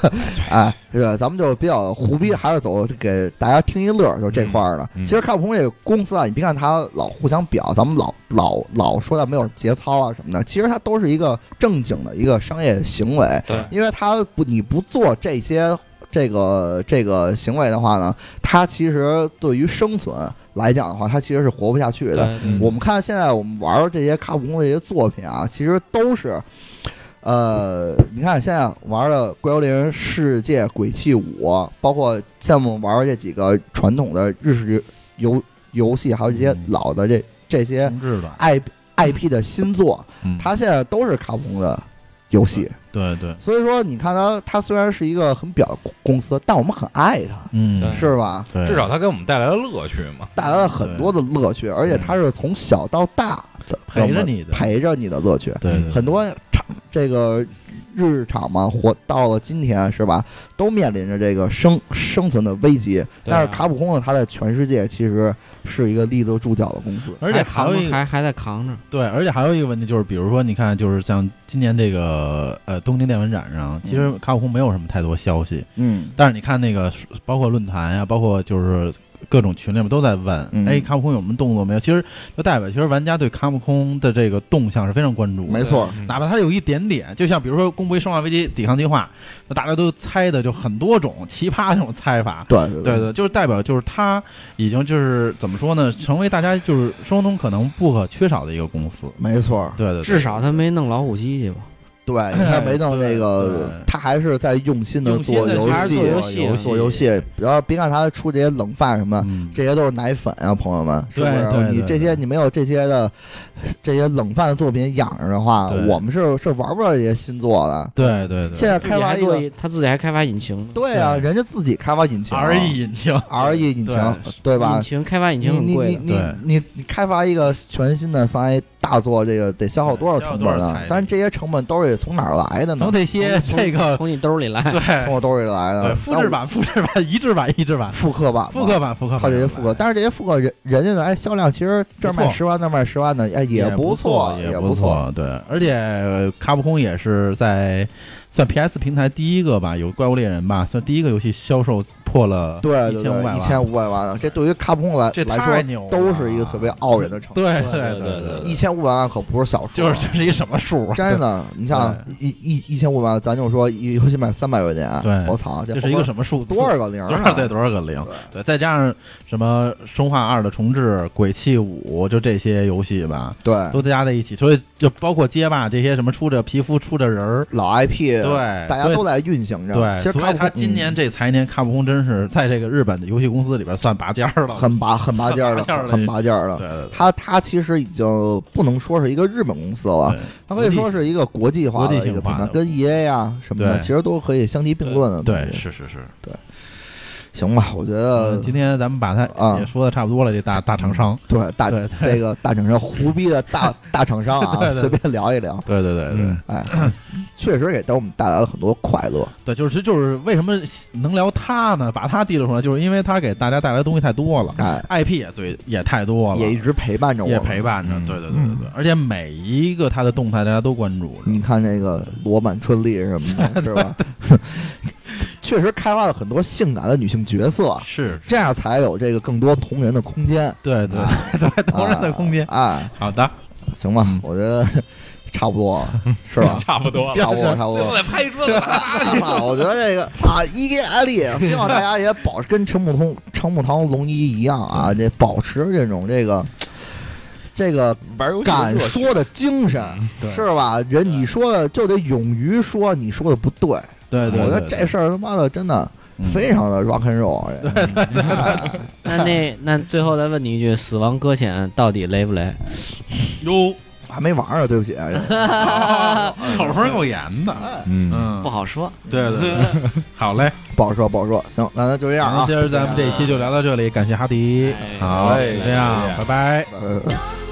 B: 哎，这个咱们就比较胡逼，还是走给大家听一乐儿，就这块儿的。
A: 嗯嗯
B: 其实卡普空这个公司啊，你别看它老互相表，咱们老老老说它没有节操啊什么的，其实它都是一个正经的一个商业行为。
A: 对
B: 因为它不你不做这些。这个这个行为的话呢，它其实对于生存来讲的话，它其实是活不下去的。
C: 嗯
B: 我们看现在我们玩儿这些卡普空这些作品啊，其实都是，呃，你看现在玩的《怪物猎人世界》《鬼泣五》，包括像我们玩儿这几个传统的日式游游戏，还有这些
C: 嗯
B: 老的这这些
C: 同志的，
B: IP IP 的新作，
C: 嗯
B: 它现在都是卡普空的游戏。
C: 对对，
B: 所以说，你看它，它虽然是一个很表公司，但我们很爱它，
C: 嗯，
D: 对
B: 是吧？
C: 对，
A: 至少它给我们带来了乐趣嘛。
B: 带来了很多的乐趣，而且它是从小到大的
C: 陪着你的
B: 陪着你的乐趣。
C: 对对
B: 很多厂这个日厂嘛，活到了今天是吧，都面临着这个生生存的危机。
D: 对啊
B: 但是卡普空呢，它在全世界其实是一个立得住脚的公司。
C: 而且
D: 还扛
C: 还有
D: 着
C: 一个
D: 还还在扛着，
C: 对，而且还有一个问题就是，比如说，你看，就是像今年这个呃东京电玩展上，其实卡普空没有什么太多消息，
B: 嗯
C: 但是你看那个包括论坛呀、啊包括就是各种群里面都在问，
B: 嗯
C: 哎，卡普空有什么动作没有？其实就代表其实玩家对卡普空的这个动向是非常关注的，
B: 没错，
A: 嗯
C: 哪怕它有一点点，就像比如说公布一《生化危机》抵抗计划，那大家都猜的就很多种奇葩那种猜法。
B: 对对
C: 对对，就是代表就是它已经就是怎么说呢，成为大家就是生活中可能不可缺少的一个公司。
B: 没错，
C: 对对，对
D: 至少他没弄老虎机去吧？
B: 对，你看没弄那
C: 对
B: 个
C: 对，
B: 他还是在用心的
C: 用心
B: 做
C: 地
B: 游
D: 还是
B: 戏
D: 做，游戏啊
B: 做游戏。然后别看他出这些冷饭什么，
C: 嗯
B: 这些都是奶粉啊，朋友们，是不
C: 对
B: 是？
C: 对
B: 你
C: 对
B: 这些
C: 对
B: 你没有这些的这些冷饭作品养着的话，
C: 对
B: 我们是是玩不了这些新作的。
C: 对对
B: 现
C: 对
B: 在
D: 自
B: 开
D: 己
B: 发
D: 还
B: 一
D: 做
B: 个，
D: 一，他自己还开发引擎呢，
B: 对啊，
C: 对
B: 人家自己开发引擎啊
C: ，R E 引擎，
B: ，R E 引
C: 对
B: 擎，对吧
D: 引？擎开发引
B: 你
D: 擎很
B: 你
D: 贵
B: 你
D: 的，
B: 你你你开发一个全新的三 A 大作这个得消耗多少成本
C: 消耗多少
B: 呢
C: 财力？
B: 但是这些成本都是从哪儿来的呢
C: 从？这些这个
D: 从你兜里来， *laughs*
C: 对
B: 从我兜里来
C: 对
B: 的。
C: 复制版、复制版、一制版、一制版
B: 那我、、复刻版嘛、
C: 复刻版、复刻版，
B: 靠这些复刻，但是这些复刻人人家的哎销量其实这儿卖
C: 不错
B: 十万那儿卖十万的，哎
C: 也
B: 不
C: 错，
B: 也
C: 不
B: 错。。
C: 对，而且呃卡普空也是在算 PS 平台第一个吧，有《怪物猎人》吧，算第一个游戏销售破了
B: 对
C: 一
B: 对
C: 千五百
B: 对，
C: 万，
B: 一千五百万的，这对于卡普空来
C: 这
B: 来
C: 太
B: 说
C: 牛了，
B: 都是一个特别傲人的成绩。
C: 对
D: 对
C: 对
D: 对
B: 一千五百万可不是小数啊，
C: 就是这是一什么数啊？
B: 真的，你像一一一千五百万，咱就说一游戏卖三百块钱，
C: 对
B: 我操，
C: 这
B: 后
C: 是一个什么数字？
B: 多少个零啊？
C: 多少对多少个零？对，再加上什么《生化二》的重置、《鬼泣五》，就这些游戏吧，
B: 对，
C: 都加在一起，所以就包括街霸这些什么出着皮肤、出着人儿，
B: 老 IP，
C: 对，，
B: 大家
C: 所以
B: 都在运行着。
C: 对，
B: 其实
C: 所
B: 卡
C: 以
B: 普
C: 他
B: 空
C: 今年
B: 嗯
C: 这财年，卡普空真是在这个日本的游戏公司里边算拔尖儿了，
B: 很拔很拔尖儿
C: 很拔尖儿
B: 了，很拔尖儿
C: 了对
B: 了。
C: 对对，
B: 他他其实已经不能说是一个日本公司了，
C: 对
B: 它可以说是一个国际化的
C: 国际
B: 一
C: 性
B: 个品
C: 化
B: 牌，
C: 的
B: 跟 EA 呀什么的，
C: 对
B: 其实都可以相提并论的。
C: 对，，是是是。
B: 行吧，我觉得
C: 嗯今天咱们把
B: 呃啊
C: 它也说的差不多了，这大大厂商，
B: 对大
C: 对
B: 这个大厂商胡逼的
C: *laughs*
B: 大大厂商啊
C: 对，对
B: 随便聊一聊，
C: *laughs* 对对对对
A: 嗯
B: 哎，确实给给我们带来了很多快乐。
C: 对，就是就是为什么能聊他呢？把他提溜出来，就是因为他给大家带来的东西太多了
B: 哎，
C: ，IP 也最也太多了，
B: 也一直陪伴着我，
C: 也陪。伴着，
A: 嗯？
C: 对对对对对，而且每一个他的动态大家都关注着，
B: 你看这个罗曼春丽什么的，是吧？ *laughs* 确实开发了很多性感的女性角色，
C: 是，
B: 这样才有这个更多同人的空间，
C: 对对
B: 啊
C: 对对， *laughs* 同人的空间。
B: 哎，
C: 好的，
B: 行吧，
C: 嗯
B: 我觉得 *laughs* 差不
C: *laughs*
B: 多了，是吧
A: 差不
D: *laughs*
A: 多了。
B: 差不多，差不多。
D: 在拍桌子。
B: 啊，我觉得这个操一个压
C: *laughs*
B: 力，希望大家也保持跟陈木通、陈木堂龙一一样啊，
C: 嗯
B: 这保持这种这个这个
A: 玩游戏的
B: 敢
A: 热血
B: 说的精神，
C: 嗯对
B: 是吧？人你说的就得勇于说你说的不对，
C: 对对，
B: 我觉得
C: 对
B: 这事儿他妈的真的
C: 嗯
B: 非常的 rock and roll，这哎
D: 那那那最后再问你一句，死亡搁浅到底雷不雷？
C: 哟，
B: 我还没玩儿呢，对不
C: *laughs*
B: 起，啊这啊
C: 口风够严的，
A: 嗯，
C: 嗯，
D: 不，好说。
C: 对对 *laughs* 对，好嘞，
B: 不好说不好说。行，那那就这样
C: 那
B: 啊
C: 今，儿咱们这期就聊到这里，感谢哈迪，好，
A: 哎
C: 这样，拜拜。
B: 呃
E: Don't